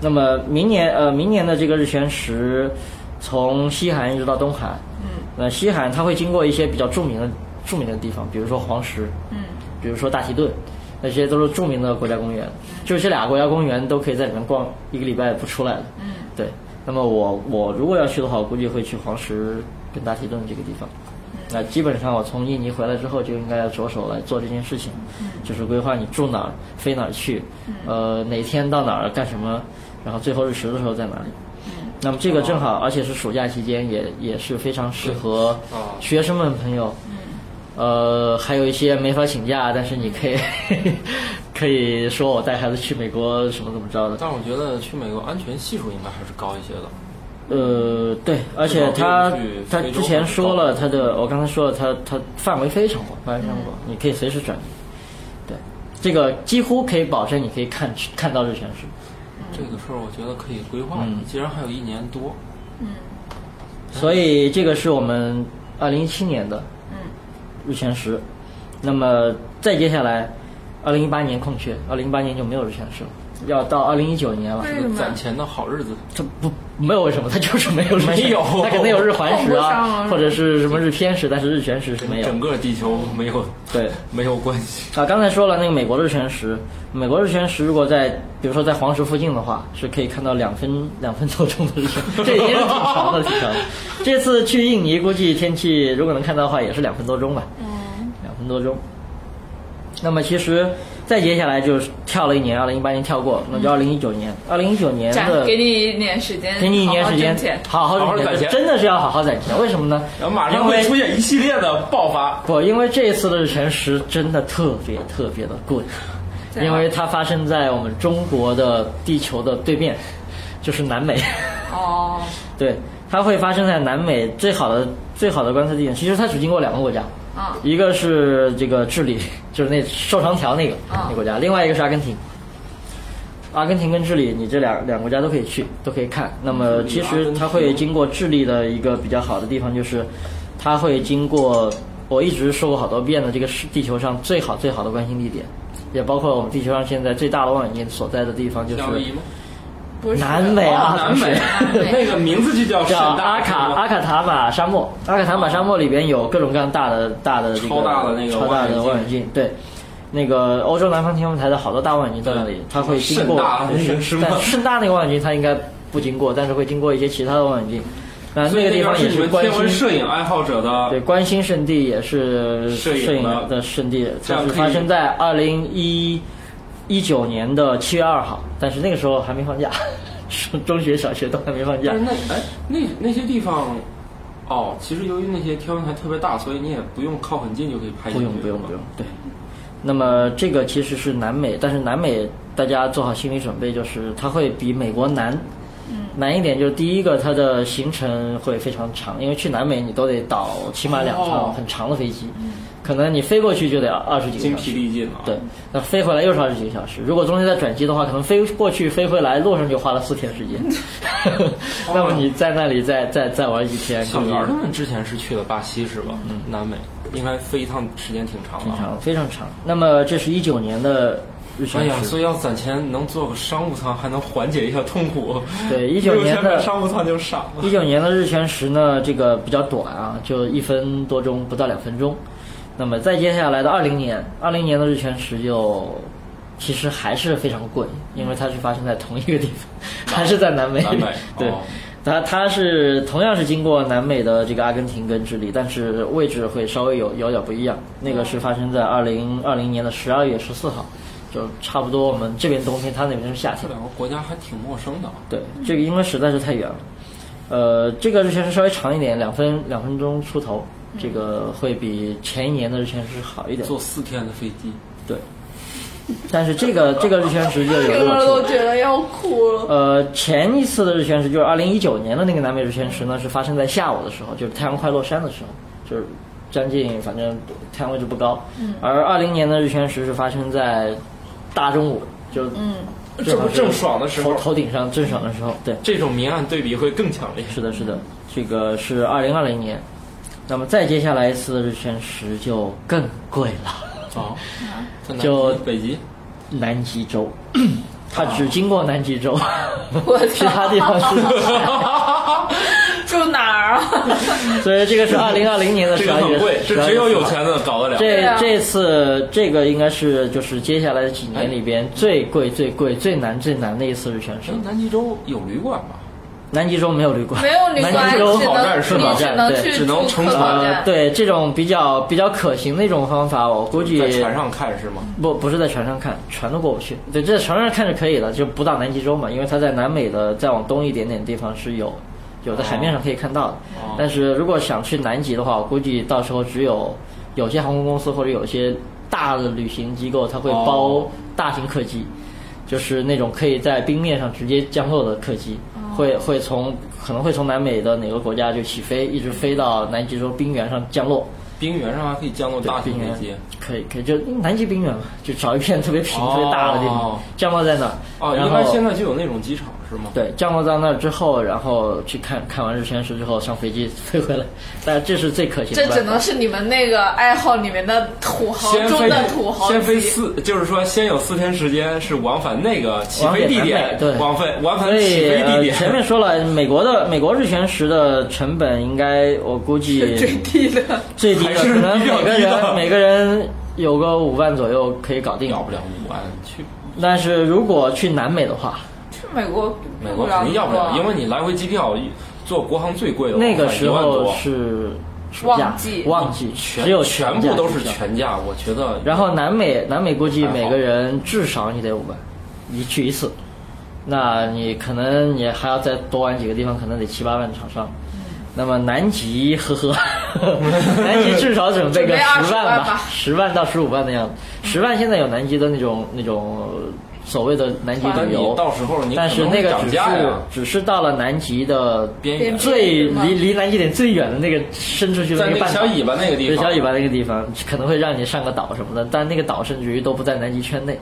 D: 那么明年呃，明年的这个日全食，从西海岸一直到东海，嗯，那西海岸它会经过一些比较著名的著名的地方，比如说黄石，嗯，比如说大提顿，那些都是著名的国家公园，就是这俩国家公园都可以在里面逛一个礼拜不出来的，嗯，对。那么我我如果要去的话，我估计会去黄石跟大提顿这个地方。那基本上我从印尼回来之后就应该要着手来做这件事情，就是规划你住哪儿、飞哪儿去，呃，哪天到哪儿干什么，然后最后日食的时候在哪里。那么这个正好，而且是暑假期间也，也是非常适合学生们朋友。呃，还有一些没法请假，但是你可以 可以说我带孩子去美国什么怎么着的。
E: 但我觉得去美国安全系数应该还是高一些的。
D: 呃，对，而且
E: 至少
D: 他
E: 比我们去
D: 他
E: 非洲
D: 之前
E: 还是
D: 说
E: 高
D: 了他的，我刚才说了他他范围非常广，范围非常广，
E: 嗯
D: 你可以随时转移。对，这个几乎可以保证你可以看看到日全食。
E: 这个事儿我觉得可以规划，
D: 嗯
E: 既然还有一年多，嗯
D: 所以这个是我们二零一七年的
E: 嗯
D: 日全食。那么再接下来，二零一八年空缺，二零一八年就没有日全食了，要到二零一九年了。
B: 为
E: 这
B: 什
E: 个
B: 么？
E: 攒钱的好日子。
D: 它不没有为什么，它就是没有日全食
E: 没有
D: 它可能有日环食
B: 碰不上
D: 啊
B: 啊，
D: 或者是什么日偏食，但是日全食是没有。
E: 整个地球没有
D: 哎对。
E: 没有关系。
D: 啊，刚才说了那个美国日全食，美国日全食如果在比如说在黄石附近的话，是可以看到两分两分多钟的日全，这已经是挺长的，挺长的。这次去印尼估计天气如果能看到的话，也是两分多钟吧，
B: 嗯，
D: 两分多钟。那么其实再接下来就是跳了一年，二零一八年跳过，那就二零一九年，二零一九年
B: 展
D: 的
B: 给你一年时间，
D: 给你一年时间
B: 好好挣钱，
D: 好好
E: 好好
D: 挣
E: 攒钱
D: 真的是要好好攒钱，为什么呢？
E: 然后马上
D: 因为
E: 会出现一系列的爆发。
D: 不，因为这一次的日全食真的特别特别的贵，
B: 对啊
D: 因为它发生在我们中国的地球的对面，就是南美。
B: 哦，
D: 对，它会发生在南美最好的最好的观测地点。其实它只经过两个国家，
B: 啊
D: 一个是这个智利， 就是那瘦长条那个、
E: 哦
B: 啊
D: 那国家，另外一个是阿根廷。阿根廷跟智利，你这两两个国家都可以去，都可以看。那么
E: 嗯
D: 其实它会经过智利的一个比较好的地方，就是它会经过我一直说过好多遍的这个是地球上最好最好的观星地点，也包括我们地球上现在最大的望远镜所在的地方，就是
E: 夏威夷吗？
B: 不是
D: 南美啊，
E: 哦南美
B: 南美，
E: 那个名字就叫
D: 叫
E: 圣
D: 阿
E: 大
D: 卡阿卡塔马沙漠，阿卡塔马沙漠里边有各种各样大的大的这个
E: 超大的那个
D: 超大的望
E: 望
D: 远
E: 远
D: 镜，对。那个欧洲南方天文台的好多大望远镜在那里
E: 对，
D: 它会经
E: 盛
D: 过
E: 大那个是吗
D: 但盛大那个望远镜它应该不经过，但是会经过一些其他的望远镜。那
E: 所以
D: 那个地方
E: 边
D: 也
E: 是你们
D: 观
E: 天文
D: 星，
E: 摄影爱好者
D: 对
E: 的，
D: 观星圣地也是摄
E: 摄影的
D: 影的圣地，
E: 这
D: 它
E: 样
D: 是
E: 可以
D: 发生在二零一一九年的七月二号，但是那个时候还没放假， 中学、小学都还没放假
E: 但。是那哎那那些地方。哦，其实由于那些天文台特别大，所以你也不用靠很近就可以拍
D: 不
E: 进去
D: 用不用
E: 是吧
D: 不用，对。那么这个其实是南美，但是南美大家做好心理准备，就是它会比美国难。
E: 嗯
D: 难一点就是第一个，它的行程会非常长，因为去南美你都得倒起码两趟
E: 哦
D: 很长的飞机，可能你飞过去就得二十几
E: 筋
D: 个小
E: 疲
D: 时，
E: 力尽啊了。
D: 对，，那飞回来又是二十几个小时。如果中间再转机的话，可能飞过去飞回来路上就花了四天时间，
E: 嗯
D: 那么你在那里再再再玩几天，
E: 小
D: 估计
E: 圆儿他们之前是去了巴西是吧？嗯，南美应该飞一趟时间挺长的。啊
D: 挺长，非常长。那么这是一九年的日全
E: 哎呀，
D: 食。
E: 所以要攒钱能做个商务舱，还能缓解一下痛苦。
D: 对，一
E: 没
D: 九
E: 有
D: 年
E: 钱买
D: 的
E: 商务舱就上了。
D: 一九年的日全食呢，这个比较短啊，就一分多钟不到两分钟。那么再接下来的二零年，二零年的日全食就其实还是非常贵，因为它是发生在同一个地方，还是在南美。
E: 南美
D: 对
E: 哦，
D: 它它是同样是经过南美的这个阿根廷跟智利，但是位置会稍微有有点不一样。那个是发生在二零二零年的十二月十四号，就差不多我们这边冬天，它那边是夏天
E: 这。两个国家还挺陌生的啊。
D: 对，这个因为实在是太远了。呃，这个日全食稍微长一点，两分两分钟出头，这个会比前一年的日全食好一点。
E: 坐四天的飞机，
D: 对，但是这个这个日全食就有
B: 这
D: 乐
B: 个
D: 趣
B: 我。觉得要哭了。
D: 呃，前一次的日全食就是二零一九年的那个南美日全食呢，是发生在下午的时候，就是太阳快落山的时候，就是将近反正太阳位置不高。嗯、而二零年的日全食是发生在大中午，就嗯，
E: 正正爽的时
D: 头
E: 候，
D: 头顶上正爽的时候，对。
E: 这种明暗对比会更强烈。
D: 是的，是的，这个是二零二零年。那么再接下来一次的日全食就更贵了，
E: 哦，在南
D: 就
E: 极 北极，
D: 南极洲，它只经过南极洲，
B: 我操
D: 其他地方是。
B: 住哪儿啊？
D: 所以这个是二零二零年的
E: 这
D: 十
E: 个
D: 二
E: 很
D: 月，
E: 贵，这只有有钱的搞得了。
D: 这
B: 对啊
D: 这次这个应该是就是接下来的几年里边最贵、最贵、最难、最难的一次日全食
E: 哎。南极洲有旅馆吧？
D: 南极洲没有旅
B: 嗯
D: 馆，
B: 没有旅
D: 南
B: 馆，
D: 极
B: 只
D: 洲
B: 能
E: 站是吧
B: 你只
D: 对
B: 能去
E: 只能
B: 住
E: 乘
B: 客
E: 船
B: 房
D: 呃
B: 站，。
D: 对这种比较比较可行的一种方法，我估计
E: 在船上看是吗？
D: 不不是在船上看，船都过不去。对，这船上看是可以的，就不到南极洲嘛，因为它在南美的再往东一点点地方是有有在海面上可以看到的。但是如果想去南极的话，我估计到时候只有有些航空公司或者有些大的旅行机构，它会包
E: 哦
D: 大型客机，就是那种可以在冰面上直接降落的客机，会会从可能会从南美的哪个国家就起飞，一直飞到南极洲冰原上降落。
E: 冰原上还可以降落大型
D: 冰原
E: 飞机。
D: 可以可以，就南极冰原嘛，就找一片特别平、
E: 哦
D: 特别大的地方，降落在那儿。
E: 哦，
D: 然
E: 应
D: 后
E: 该现在就有那种机场是吗？
D: 对降落到那儿之后，然后去看看完日全食之后，上飞机飞回来。但这是最可行的
B: 这
D: 办法。
B: 只能是你们那个爱好里面的土豪
E: 先
B: 中
E: 飞
B: 的土豪级。
E: 先飞四，就是说先有四天时间是往返那个起飞地点，
D: 往
E: 往返往返
D: 所
E: 起
D: 以
E: 飞地
D: 呃，
E: 点。
D: 前面说了，美国的美国日全食的成本应该我 估计
B: 是最低的，
D: 最低
E: 还
D: 的，
E: 是
D: 可能
E: 比较
D: 每个
E: 低的哦
D: 人每个人有个五万左右可以搞定
E: 要。不了五万去
D: 但是如果去南美的话，
B: 去美国
E: 美国肯定要不
B: 啊
E: 了，因为你来回机票坐国航最贵的
D: 那个
E: 往返
D: 时
E: 一万
D: 候
E: 多，
D: 是暑假
B: 旺季
D: 旺季
E: 全
D: 只有
E: 全
D: 假
E: 部都是
D: 期间
E: 全价，我觉得
D: 然后南美南美估计
E: 还好
D: 每个人至少你得五万，你去一次，那你可能你还要再多玩几个地方，可能得七八万朝上。那么南极，呵呵，南极至少准备
B: 准
D: 个
B: 备20
D: 十万
B: 万吧
D: 十万到十五万的样子。十万现在有南极的那种那种所谓的南极
E: 但
D: 旅游
E: 你，到时候你
D: 但是
E: 可能
D: 那个
E: 涨
D: 只
E: 价
D: 是
E: 呀，
D: 只是到了南极的
E: 边缘
D: 最
B: 边缘
D: 离离南极点最远的那个伸出去的
E: 在
D: 那
E: 那
D: 个
E: 个
D: 半岛
E: 小尾巴那个地
D: 对
E: 方，
D: 小尾巴那个地方，可能会让你上个岛什么的，但那个岛甚至于都不在南极圈内。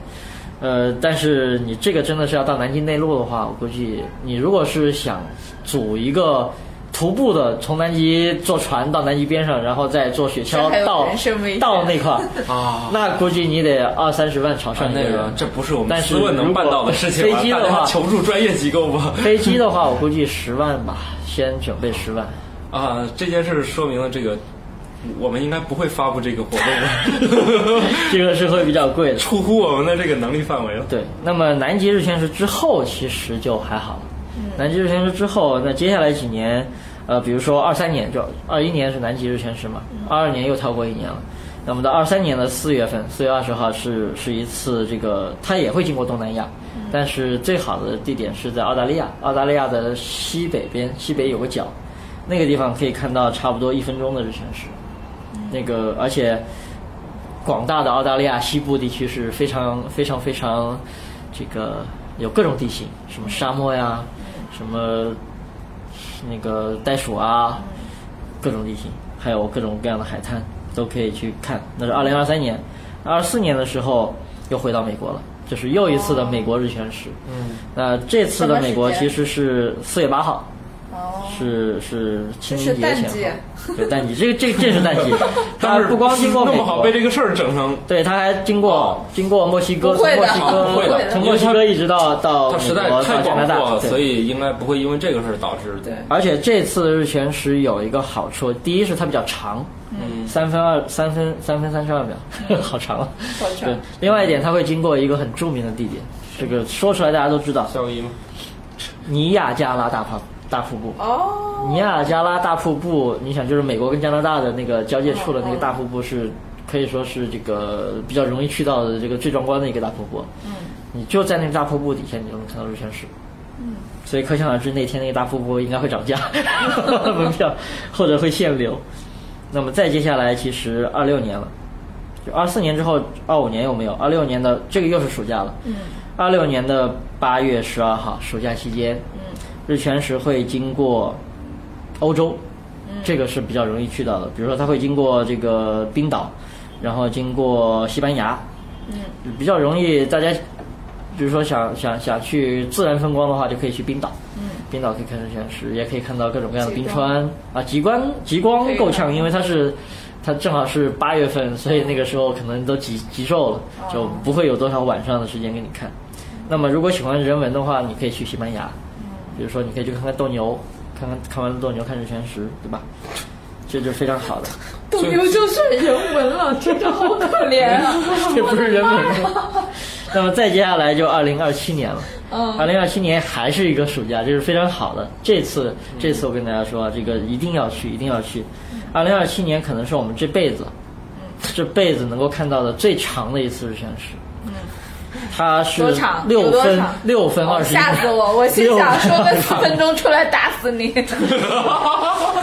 D: 呃，但是你这个真的是要到南极内陆的话，我估计你如果是想组一个徒步的，从南极坐船到南极边上，然后再坐雪橇
B: 这还有
D: 到
B: 人身危险
D: 到那块儿，
E: 啊，
D: 那估计你得二三十万朝上
E: 啊
D: 一
E: 那
D: 人
E: 个这不是我们
D: 但是
E: 斯文能办到的
D: 如果
E: 事情啊
D: 飞机的
E: 大家
D: 话
E: 求助专业机构吧。
D: 飞机的话，我估计十万吧，先准备十万。
E: 啊，这件事说明了这个，我们应该不会发布这个活动的，
D: 这个是会比较贵的。
E: 出乎我们的这个能力范围了。
D: 对，那么南极日全食之后其实就还好了。南极日全食之后，那接下来几年，呃，比如说二三年，就二一年是南极日全食嘛，二二年又跳过一年了。那么到二三年的四月份，四月二十号是是一次这个，它也会经过东南亚，但是最好的地点是在澳大利亚，澳大利亚的西北边，西北有个角，那个地方可以看到差不多一分钟的日全食。那个而且广大的澳大利亚西部地区是非常非常非常这个有各种地形，什么沙漠呀，什么那个袋鼠啊，各种地形，还有各种各样的海滩都可以去看。那是二零二三年，二四年的时候又回到美国了。就是又一次的美国日全食，嗯，那这次的美国
B: 什么时
D: 其
B: 间
D: 实是四月八号，
B: 哦，
D: 是是清明
B: 这
D: 节
B: 是淡季
D: 前后，对淡季，这个这个这是淡 季，它不光经过
C: 弄
D: 美
C: 不好
D: 国
C: 被，这个事儿整成，
D: 对，它还经过经过墨西哥，
B: 不
D: 从
B: 会
D: 墨
B: 的哦
D: 西
B: 不会
D: 哥
B: 的
D: 从墨西哥一直到到
E: 它
D: 美
E: 实
D: 国
E: 在
D: 到
E: 太
D: 加
E: 广
D: 拿
E: 阔
D: 大，
E: 了，
D: 对
E: 所以应该不会因为这个事儿导致
D: 对，而且这次的日全食有一个好处，第一是它比较长，嗯，三分二三分三分三十二秒， 好长啊。
B: 好长
D: 对，另外一点，它会经过一个很著名的地点，这个说出来大家都知道，
E: 效益吗？
D: 尼亚加拉大瀑大瀑布。
B: 哦，
D: 尼亚加拉大瀑布，你想就是美国跟加拿大的那个交界处的那个大瀑布是，可以说是这个比较容易去到的这个最壮观的一个大瀑布。嗯，你就在那个大瀑布底下，你就能看到日全食。嗯，所以可想而知，那天那个大瀑布应该会涨价，门票或者会限流。那么再接下来，其实二六年了，就二四年之后，二五年有没有？二六年的这个又是暑假了。嗯，二六年的八月十二号，暑假期间，嗯，日全食会经过欧洲，这个是比较容易去到的。比如说，它会经过这个冰岛，然后经过西班牙，嗯，比较容易大家，比如说想想想去自然风光的话，就可以去冰岛。嗯，冰岛可以看日全食，也可以看到各种各样的冰川啊，极光极光
B: 可以
D: 够
B: 看
D: 呛，
B: 到
D: 因为它是。它正好是八月份，所以那个时候可能都极极昼了，就不会有多少晚上的时间给你看。那么如果喜欢人文的话，你可以去西班牙，比如说你可以去看看斗牛，看看看完斗牛看日全食，对吧？这就是非常好的，
B: 斗牛就是人文了，真的好可怜啊！
D: 这不是人文吗？那么再接下来就二零二七年了，
B: 嗯
D: 二零二七年还是一个暑假，这是非常好的。这次这次我跟大家说，啊这个一定要去，一定要去。
B: 嗯
D: 二零二七年可能是我们这辈子，这辈子能够看到的最长的一次日全食。它
B: 嗯
D: 是
B: 多长有
D: 六
B: 多
D: 分
B: 长哦
D: 六分二十一秒，
B: 吓死我！我心想说个四分钟出来打死你。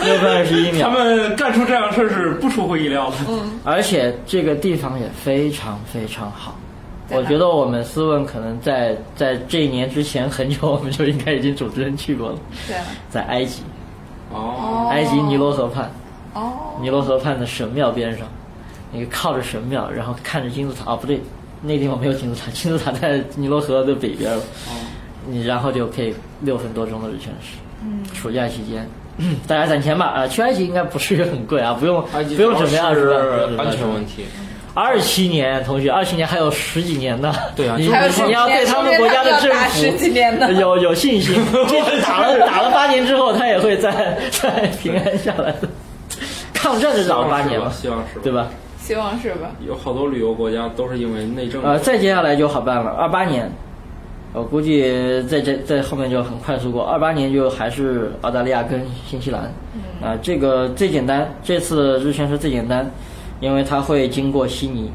D: 六分二十一
C: 他
D: 秒，
C: 们干出这样的事儿是不出乎意料的。
D: 而且这个地方也非常非常好。
B: 在哪
D: 我觉得我们思问可能在在这一年之前很久，我们就应该已经主持人去过了，
B: 对，
D: 在埃及，
E: 哦，
B: 哦
D: 埃及尼罗河畔，
B: 哦，
D: 尼罗河畔的神庙边上，那个靠着神庙，然后看着金字塔，啊不对，那地方没有金字塔，金字塔在尼罗河的北边了，你然后就可以六分多钟的日全食，嗯，暑假期间。嗯大家攒钱吧，啊，去埃及应该不是很贵啊，不用
E: 埃及
D: 不用准备二十万，
E: 是安全问题。
D: 二七年，同学，二七年还有十几年呢。
E: 对啊
D: 你
E: 还
B: 有十几年
D: 你要对他们国家的
B: 他
D: 政
B: 们要打
D: 府
B: 十几年呢
D: 有有信 心。这次打了打了八年之后，他也会再再平安下来的。抗战就打了八年了，
E: 希望是吧希望是吧
D: 对吧？
B: 希望是吧？
E: 有好多旅游国家都是因为内政
D: 呃，再接下来就好办了。二八年，我估计在这在后面就很快速过。二八年就还是澳大利亚跟新西兰，啊、这个最简单，这次日全食最简单，因为它会经过悉尼，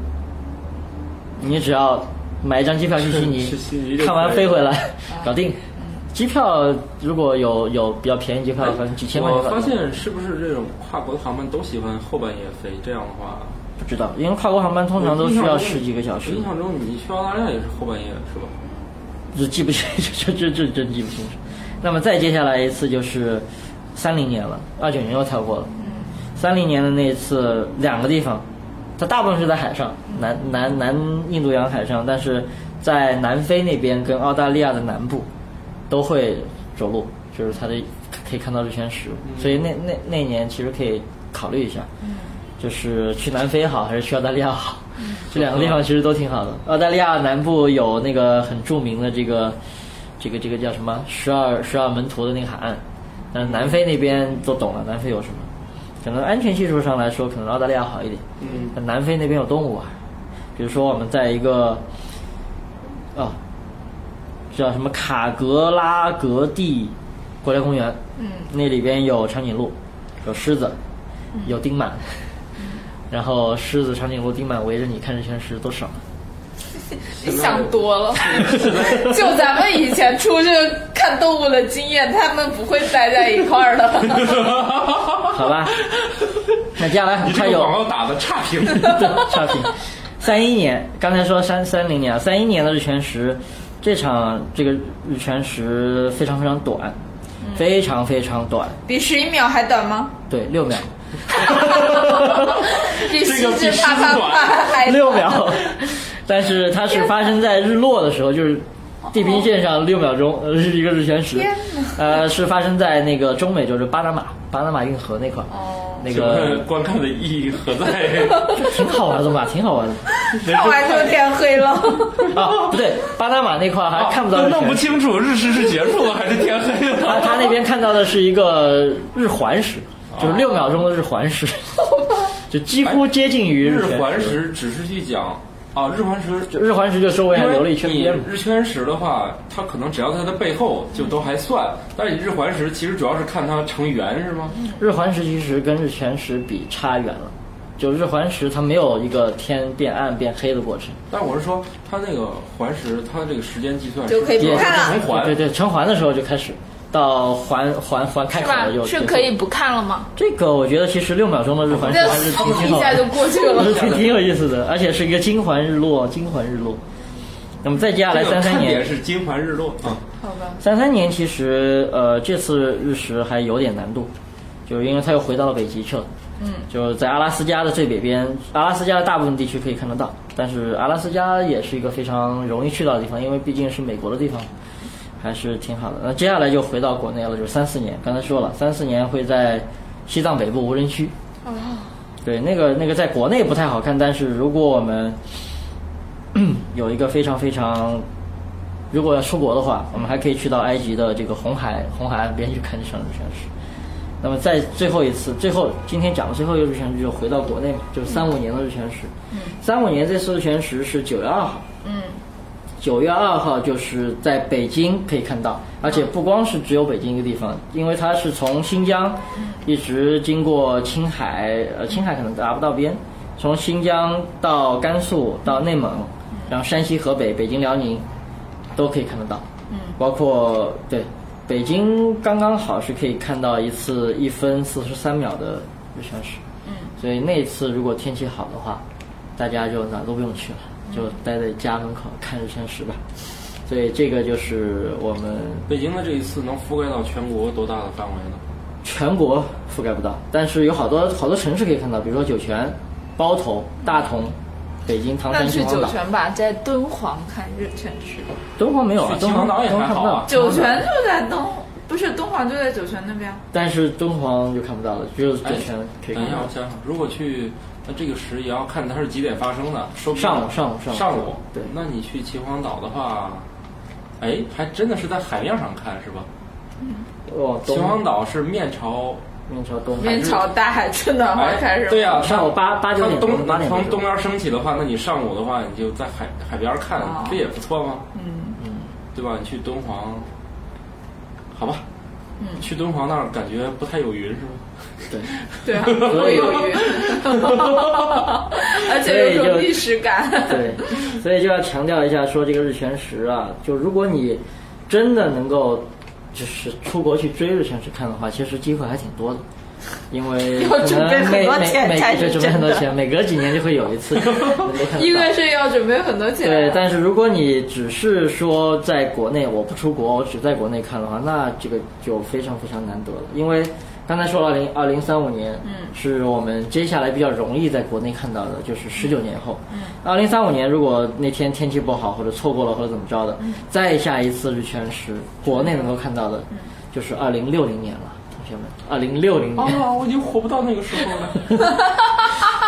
D: 你只要买一张机票去悉 尼，
E: 去悉尼就
D: 看完
E: 可以
D: 飞 回来，搞定。 机票如果有有比较便宜机票，反正几千块钱
E: 哎我
D: 搞定。
E: 发现是不是这种跨国的航班都喜欢后半夜飞？这样的话，
D: 不知道，因为跨国航班通常都需要十几个小时
E: 我。印象中你去澳大利亚也是后半夜是 吧？
D: 这记不清， 这这这真记不清楚。那么再接下来一次就是三零年了，二九年又跳过了。三零年的那一次，两个地方，它大部分是在海上，南南南印度洋海上，但是在南非那边跟澳大利亚的南部都会着陆，就是它的可以看到日全食，所以那那那年其实可以考虑一下。就是去南非好还是去澳大利亚好？这两个地方其实都挺好的。澳大利亚南部有那个很著名的这个，这个这个叫什么十二十二门徒的那个海岸，但是南非那边都懂了，南非有什么？可能安全系数上来说，可能澳大利亚好一点。
E: 嗯，
D: 但南非那边有动物啊，比如说我们在一个，哦，叫什么卡格拉格蒂国家公园，嗯，那里边有长颈鹿，有狮子，有丁满，然后狮子、长颈鹿、丁满围着你看着全食，多爽啊！
B: 你想多了，就咱们以前出去看动物的经验，他们不会待在一块儿 的。
D: 好吧，那接下来很
C: 你这
D: 快
C: 个
D: 有
C: 广告打的差评，
D: 差评。三一年，刚才说三三零年，啊三一年的日全食，这场这个日全食非常非常短，
B: 嗯
D: 非常非常短，
B: 比十一秒还短 吗？
D: 对，六秒，
C: 这个
B: 比十
C: 比狮
B: 指
C: 子
B: 啪啪
C: 短
B: 啪还短
D: 六秒。但是它是发生在日落的时候，就是地平线上六秒钟，呃，是一个日全食
B: 天哪，
D: 呃，是发生在那个中美洲，就是巴拿马巴拿马运河那块儿，
B: 哦
D: 那
C: 请问
D: 个
C: 观看的意义何在？
D: 挺好玩 的嘛，挺好玩的。
B: 看完就天黑了。
D: 啊，不对，巴拿马那块儿
B: 哦
D: 还看不到
C: 都
D: 日
C: 弄不
D: 全食，
C: 清楚日食是结束了还是天黑
D: 他
C: 了。
D: 他那边看到的是一个日环食，
B: 哦
D: 就是六秒钟的日 环食，就几乎接近于
E: 日
D: 全
E: 环，食只是去讲啊，日环食
D: 就日环食就周围还
E: 因为
D: 留了一圈
E: 你
D: 边嘛。
E: 日全食的话，它可能只要在它背后就都还算，但是你日环食其实主要是看它成圆是吗？
B: 嗯
D: 日环食其实跟日全食比差远了，就日环食它没有一个天变暗变黑的过程，
E: 但我是说它那个环食，它这个时间计算
B: 就是可以不
E: 也是
B: 看了
E: 成环
D: 对对对，成环的时候就开始，到环环环开
B: 是
D: 口
B: 吧
D: 了就？
B: 是
D: 结束
B: 可以不看了吗？
D: 这个我觉得其实六秒钟的日 环食
B: 那
D: 还是挺挺
B: 一
D: 好
B: 下
D: 玩
B: 就
D: 的，
B: 过去
D: 还是
B: 了。
D: 挺挺有意思的，而且是一个金环日落，金环日落。那么再接下来三三
C: 看点
D: 年，
C: 是金环日落啊，
B: 好吧，
D: 三三年其实呃这次日食还有点难度，就是因为它又回到了北极去了。嗯，就是在阿拉斯加的最北边，阿拉斯加的大部分地区可以看得到，但是阿拉斯加也是一个非常容易去到的地方，因为毕竟是美国的地方，还是挺好的。那接下来就回到国内了，就是三四年，刚才说了，三四年会在西藏北部无人区。对，那个那个在国内不太好看，但是如果我们 有一个非常非常，如果要出国的话，我们还可以去到埃及的这个红海红海岸边去看这场日全食。那么在最后一次，最后今天讲的最后一个日全食就回到国内嘛，就是三五年的日全食。三五年这次日全食是九月二号。
B: 嗯，
D: 九月二号就是在北京可以看到，而且不光是只有北京一个地方，因为它是从新疆一直经过青海，呃，青海可能达不到边，从新疆到甘肃到内蒙，然后山西、河北、北京、辽宁都可以看得到。嗯，包括对北京刚刚好是可以看到一次一分四十三秒的日全食。嗯，所以那次如果天气好的话，大家就哪儿都不用去了，
B: 嗯
D: 就待在家门口看日全食吧。所以这个就是我们
E: 北京的这一次能覆盖到全国多大的范围呢？
D: 全国覆盖不到，但是有好多好多城市可以看到，比如说酒泉、包头、大同、北京、唐
B: 那
D: 山、
B: 去
D: 秦皇
B: 酒
D: 岛。
B: 泉吧，在敦煌看日全食。
D: 敦煌没有啊，
E: 去秦
D: 敦煌
E: 皇岛也
D: 敦
E: 还
D: 煌看
E: 好
D: 不到
E: 啊。
B: 酒泉就在东，不是敦煌就在酒泉那边。
D: 但是敦煌就看不到了，只有酒泉可以
E: 等
D: 看
E: 一下，
D: 到
E: 我。想想，如果去，那这个时也要看它是几点发生的，说不定
D: 上午上午上午
E: 上午。
D: 对
E: 那你去秦皇岛的话，哎，还真的是在海面上看是吧？
D: 哦，东
E: 秦皇岛是面朝，
D: 面朝东，
B: 面朝大海，春暖花开
E: 哎
B: 是，吧？
E: 对呀、
D: 上午八八九
E: 从
D: 点钟
E: 东
D: 八点钟
E: 从东边升起的话，那你上午的话，你就在海海边看
B: 哦，
E: 这也不错嘛。嗯对吧？你去敦煌，好吧。嗯，去敦煌那儿感觉不太有云是吧？
B: 对 啊，会有云， 而且有种历史感。
D: 对，所以就要强调一下，说这个日全食啊，就如果你真的能够就是出国去追日全食看的话，其实机会还挺多的。因为
B: 要
D: 可
B: 准备
D: 能
B: 很
D: 每
B: 多
D: 每
B: 钱才
D: 每
B: 是
D: 就准备
B: 真
D: 很多
B: 的
D: 钱，每隔几年就会有 一次能够看到。
B: 一个是要准备很多 钱，
D: 对，但是如果你只是说在国内我不出国，我只在国内看的话，那这个就非常非常难得了。因为刚才说了，零二零三五年，嗯，是我们接下来比较容易在国内看到的，就是十九年后，嗯，二零三五年如果那天天气不好或者错过了或者怎么着的，再下一次日全食，国内能够看到的，就是二零六零年了，同学们，二零六零年，
E: 啊，我已经活不到那个时候 了。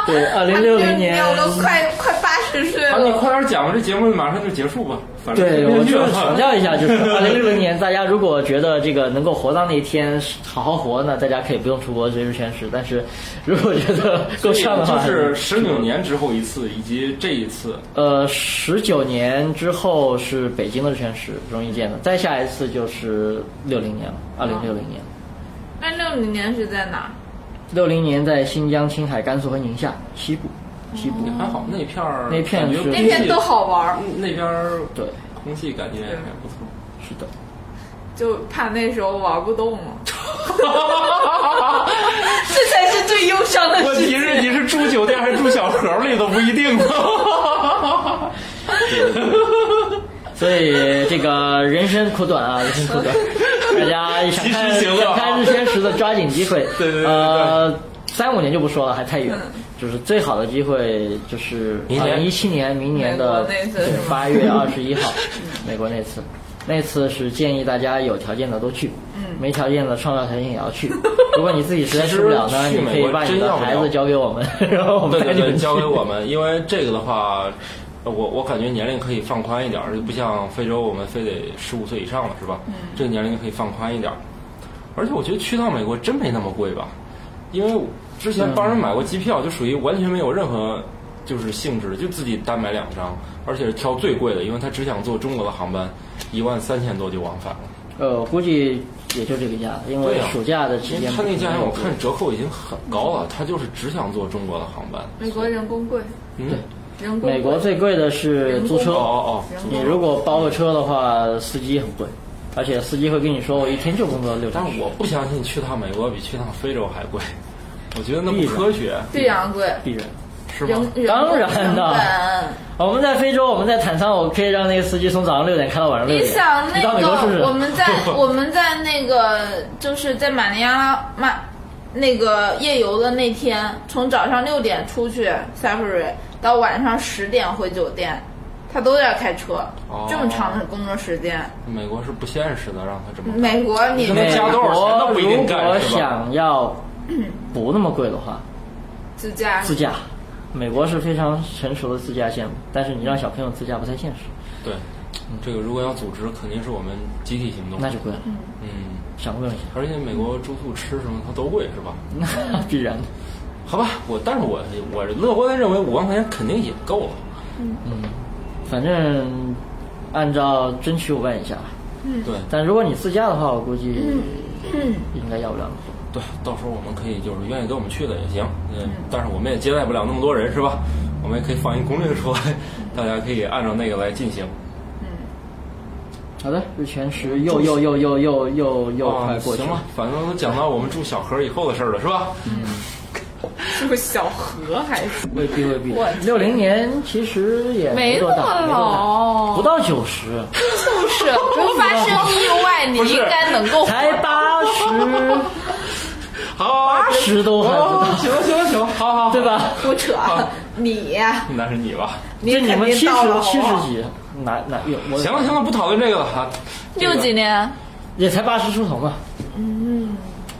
D: 对，二零六零年，
B: 我都快快八十岁
E: 啊，你
B: 了，
E: 快点讲吧，这节目马上就结束吧。反正
D: 对，
E: 听
D: 我
E: 不进去
D: 就
E: 了
D: 强调一下，就是二零六零年，大家如果觉得这个能够活到那一天，好好活，那大家可以不用出国追日全食。但是如果觉得够呛的
E: 就
D: 话，
E: 是十九年之后一次，以及这一次，
D: 呃，十九年之后是北京的日全食，容易见的。再下一次就是六零年了，二零六零年。
B: 那六零年是在哪？
D: 六零年在新疆、青海、甘肃和宁夏西部，西部
E: 也还好。那片儿
D: 那片
E: 感觉
D: 是
E: 空
B: 嗯那
E: 气
B: 边都好玩儿，
E: 那边儿
D: 对，
E: 空气感觉也不错。
D: 是的。
B: 就怕那时候玩不动 了。这才是最忧伤的
C: 问
B: 事
C: 题是
B: 情。
C: 你是住酒店还是住小盒里都不一定呢。
D: 所以这个人生苦短啊，人生苦短，大家想看
C: 及时行乐
D: 想
C: 啊
D: 看日全食的抓紧机会。
C: 对对对对
D: 呃，三五年就不说了，还太远。就是最好的机会就是
C: 明
D: 二
C: 年
D: 零一七年，明年的
B: 美国那次是吗
D: 八月二十一号，美国那次，那次是建议大家有条件的都去，嗯，没条件的创造条件也要去。如果你自己实在去不了呢，
E: 其实
D: 你
E: 去
D: 可
E: 美
D: 以
E: 国
D: 把你
E: 真
D: 的
E: 要不
D: 孩子
E: 了
D: 交给我们， 然后我
E: 对
D: 们带
E: 对
D: 你
E: 对，
D: 们去
E: 交给我们，因为这个的话，呃我我感觉年龄可以放宽一点儿，就不像非洲我们非得十五岁以上了，是吧？这个年龄可以放宽一点儿。而且我觉得去趟美国真没那么贵吧，因为之前帮人买过机票，就属于完全没有任何就是性质，就自己单买两张，而且是挑最贵的，因为他只想坐中国的航班，一万三千多就往返了。
D: 呃，我估计也就这个价，因为
E: 对啊
D: 暑假的
E: 其
D: 期
E: 实
D: 间
E: 他
D: 不可
E: 那
D: 能有多，
E: 价钱我看折扣已经很高了，他就是只想坐中国的航班。
B: 美国人工贵，
E: 嗯，
B: 人工贵
D: 美国最贵的是租
E: 哦
D: 车，
E: 哦哦，
D: 你如果包个车的话，司机很贵，而且司机会跟你说我一天就工作六
E: 但
D: 小时，
E: 我不相信去趟美国比去趟非洲还贵，我觉得那不科学，
B: 必然贵，
D: 必然。
E: 是吗
B: 人？人
D: 哦当然
B: 工成
D: 的
B: 本
D: 我们在非洲，我们在坦桑，我可以让那个司机从早上六点开到晚上六
B: 你
D: 点。
B: 想那
D: 你到美国试试
B: 个，我们 在我们在那个就是在马尼拉马那个夜游的那天，从早上六点出去 Safari 到晚上十点回酒店，他都在开车
E: 哦，
B: 这么长的工作时间。
E: 美国是不现实的，让他这么
B: 美国你
E: 那
D: 美
E: 加多少钱都
D: 国
E: 不一
D: 如
E: 定干
D: 果
E: 是吧
D: 想要不那么贵的话，
B: 自驾
D: 自驾，美国是非常成熟的自驾项目，但是你让小朋友自驾不太现实，
E: 对。嗯这个如果要组织，肯定是我们集体行动。
D: 那就贵了，
E: 嗯，
D: 想问一下，
E: 而且美国住宿吃什么它都贵，是吧？
D: 那必然的。
E: 好吧，我但是我我乐观的认为五万块钱肯定也够了。
D: 反正按照争取五万以下，
E: 对
D: 但如果你自驾的话，我估计
B: 嗯
D: 应该要不了那么多。
E: 对，到时候我们可以就是愿意跟我们去的也行，嗯，但是我们也接待不了那么多人，是吧？我们也可以放一攻略出来， 大家可以按照那个来进行。
D: 好的，日全食又又又又又又又
E: 啊
D: 快过去
E: 行吧
D: 了。，
E: 反正都讲到我们住小河以后的事儿了，是吧？
B: 是不是小河还是
D: 未必未必
B: 我，
D: 六零年其实也
B: 没
D: 多
B: 那
D: 大，
B: 么
D: 没多大
B: 老
D: 不，到九十，
B: 就是不发生意外，你
E: 不是
B: 应该能够
D: 才八十，
E: 好，八
D: 十都还不
B: 哦
D: 到
E: 行了行了行了，好好，好
D: 对？吧？
B: 胡扯
E: 好，
B: 你
E: 那是你吧？
D: 就你们
B: 肯
D: 七
B: 定到
D: 十
B: 老啊
D: 七十几，哪哪有我
E: 行了行了，不讨论这个了啊。这个
B: 六几年。
D: 也才八十出头嘛。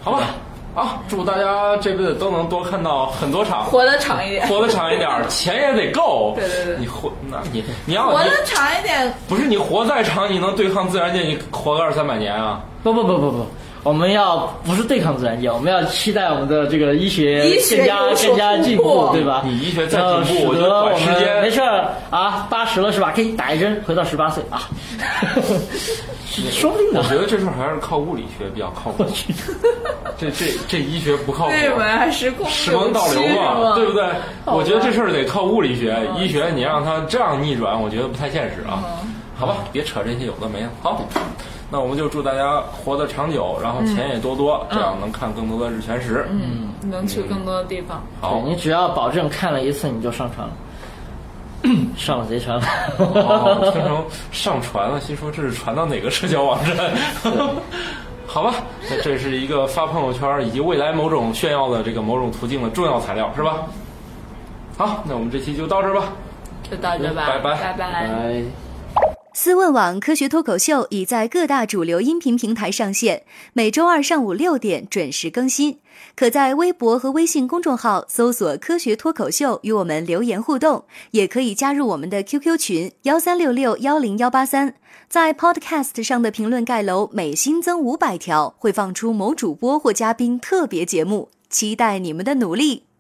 E: 好吧，啊，祝大家这辈子都能多看到很多场，
B: 活得长一点，
E: 活得长一点 儿，钱也得够。
B: 对对对
E: 你活，那你你要
B: 活
E: 你
B: 得长一点，
E: 不是你活再长，你能对抗自然界，你活个二三百年啊？
D: 不不不不不，我们要不是对抗自然界，我们要期待我们的这个医学
B: 医学
D: 更加
B: 有所
D: 更加进
B: 突破
D: 步，对吧？
E: 你医学再进步
D: 然后使
E: 我就
D: 得
E: 管
D: 我
E: 时
D: 们
E: 间
D: 没事儿啊，八十了是吧？可以打一针，回到十八岁啊，说不定
E: 我
D: 呢。
E: 觉得这事儿还是靠物理学比较 靠谱。这这这医学不靠谱。啊
B: 对吧？时空
E: 时光倒流嘛，对不？对？我觉得这事儿得靠物理学、医学，你让它这样逆转，我觉得不太现实啊。好吧，别扯这些有的没的。好，那我们就祝大家活得长久，然后钱也多多，这样能看更多的日全食。嗯，
B: 能去更多的地方。
E: 好
D: 对，你只要保证看了一次你就上 船了，上了贼船了。
E: 哦，我听 成上传了，心说这是传到哪个社交网站？好吧，那这是一个发朋友圈以及未来某种炫耀的这个某种途径的重要材料，是吧？好，那我们这期就到这儿吧。
B: 就到这吧，
E: 拜拜
B: 拜拜。
D: 哎。
F: 思问网科学脱口秀已在各大主流音频平台上线，每周二上午六点准时更新。可在微博和微信公众号搜索“科学脱口秀”与我们留言互动，也可以加入我们的 QQ 群幺三六六幺零幺八三。在 Podcast 上的评论盖楼每新增五百条，会放出某主播或嘉宾特别节目，期待你们的努力。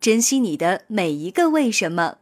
F: 珍惜你的每一个为什么。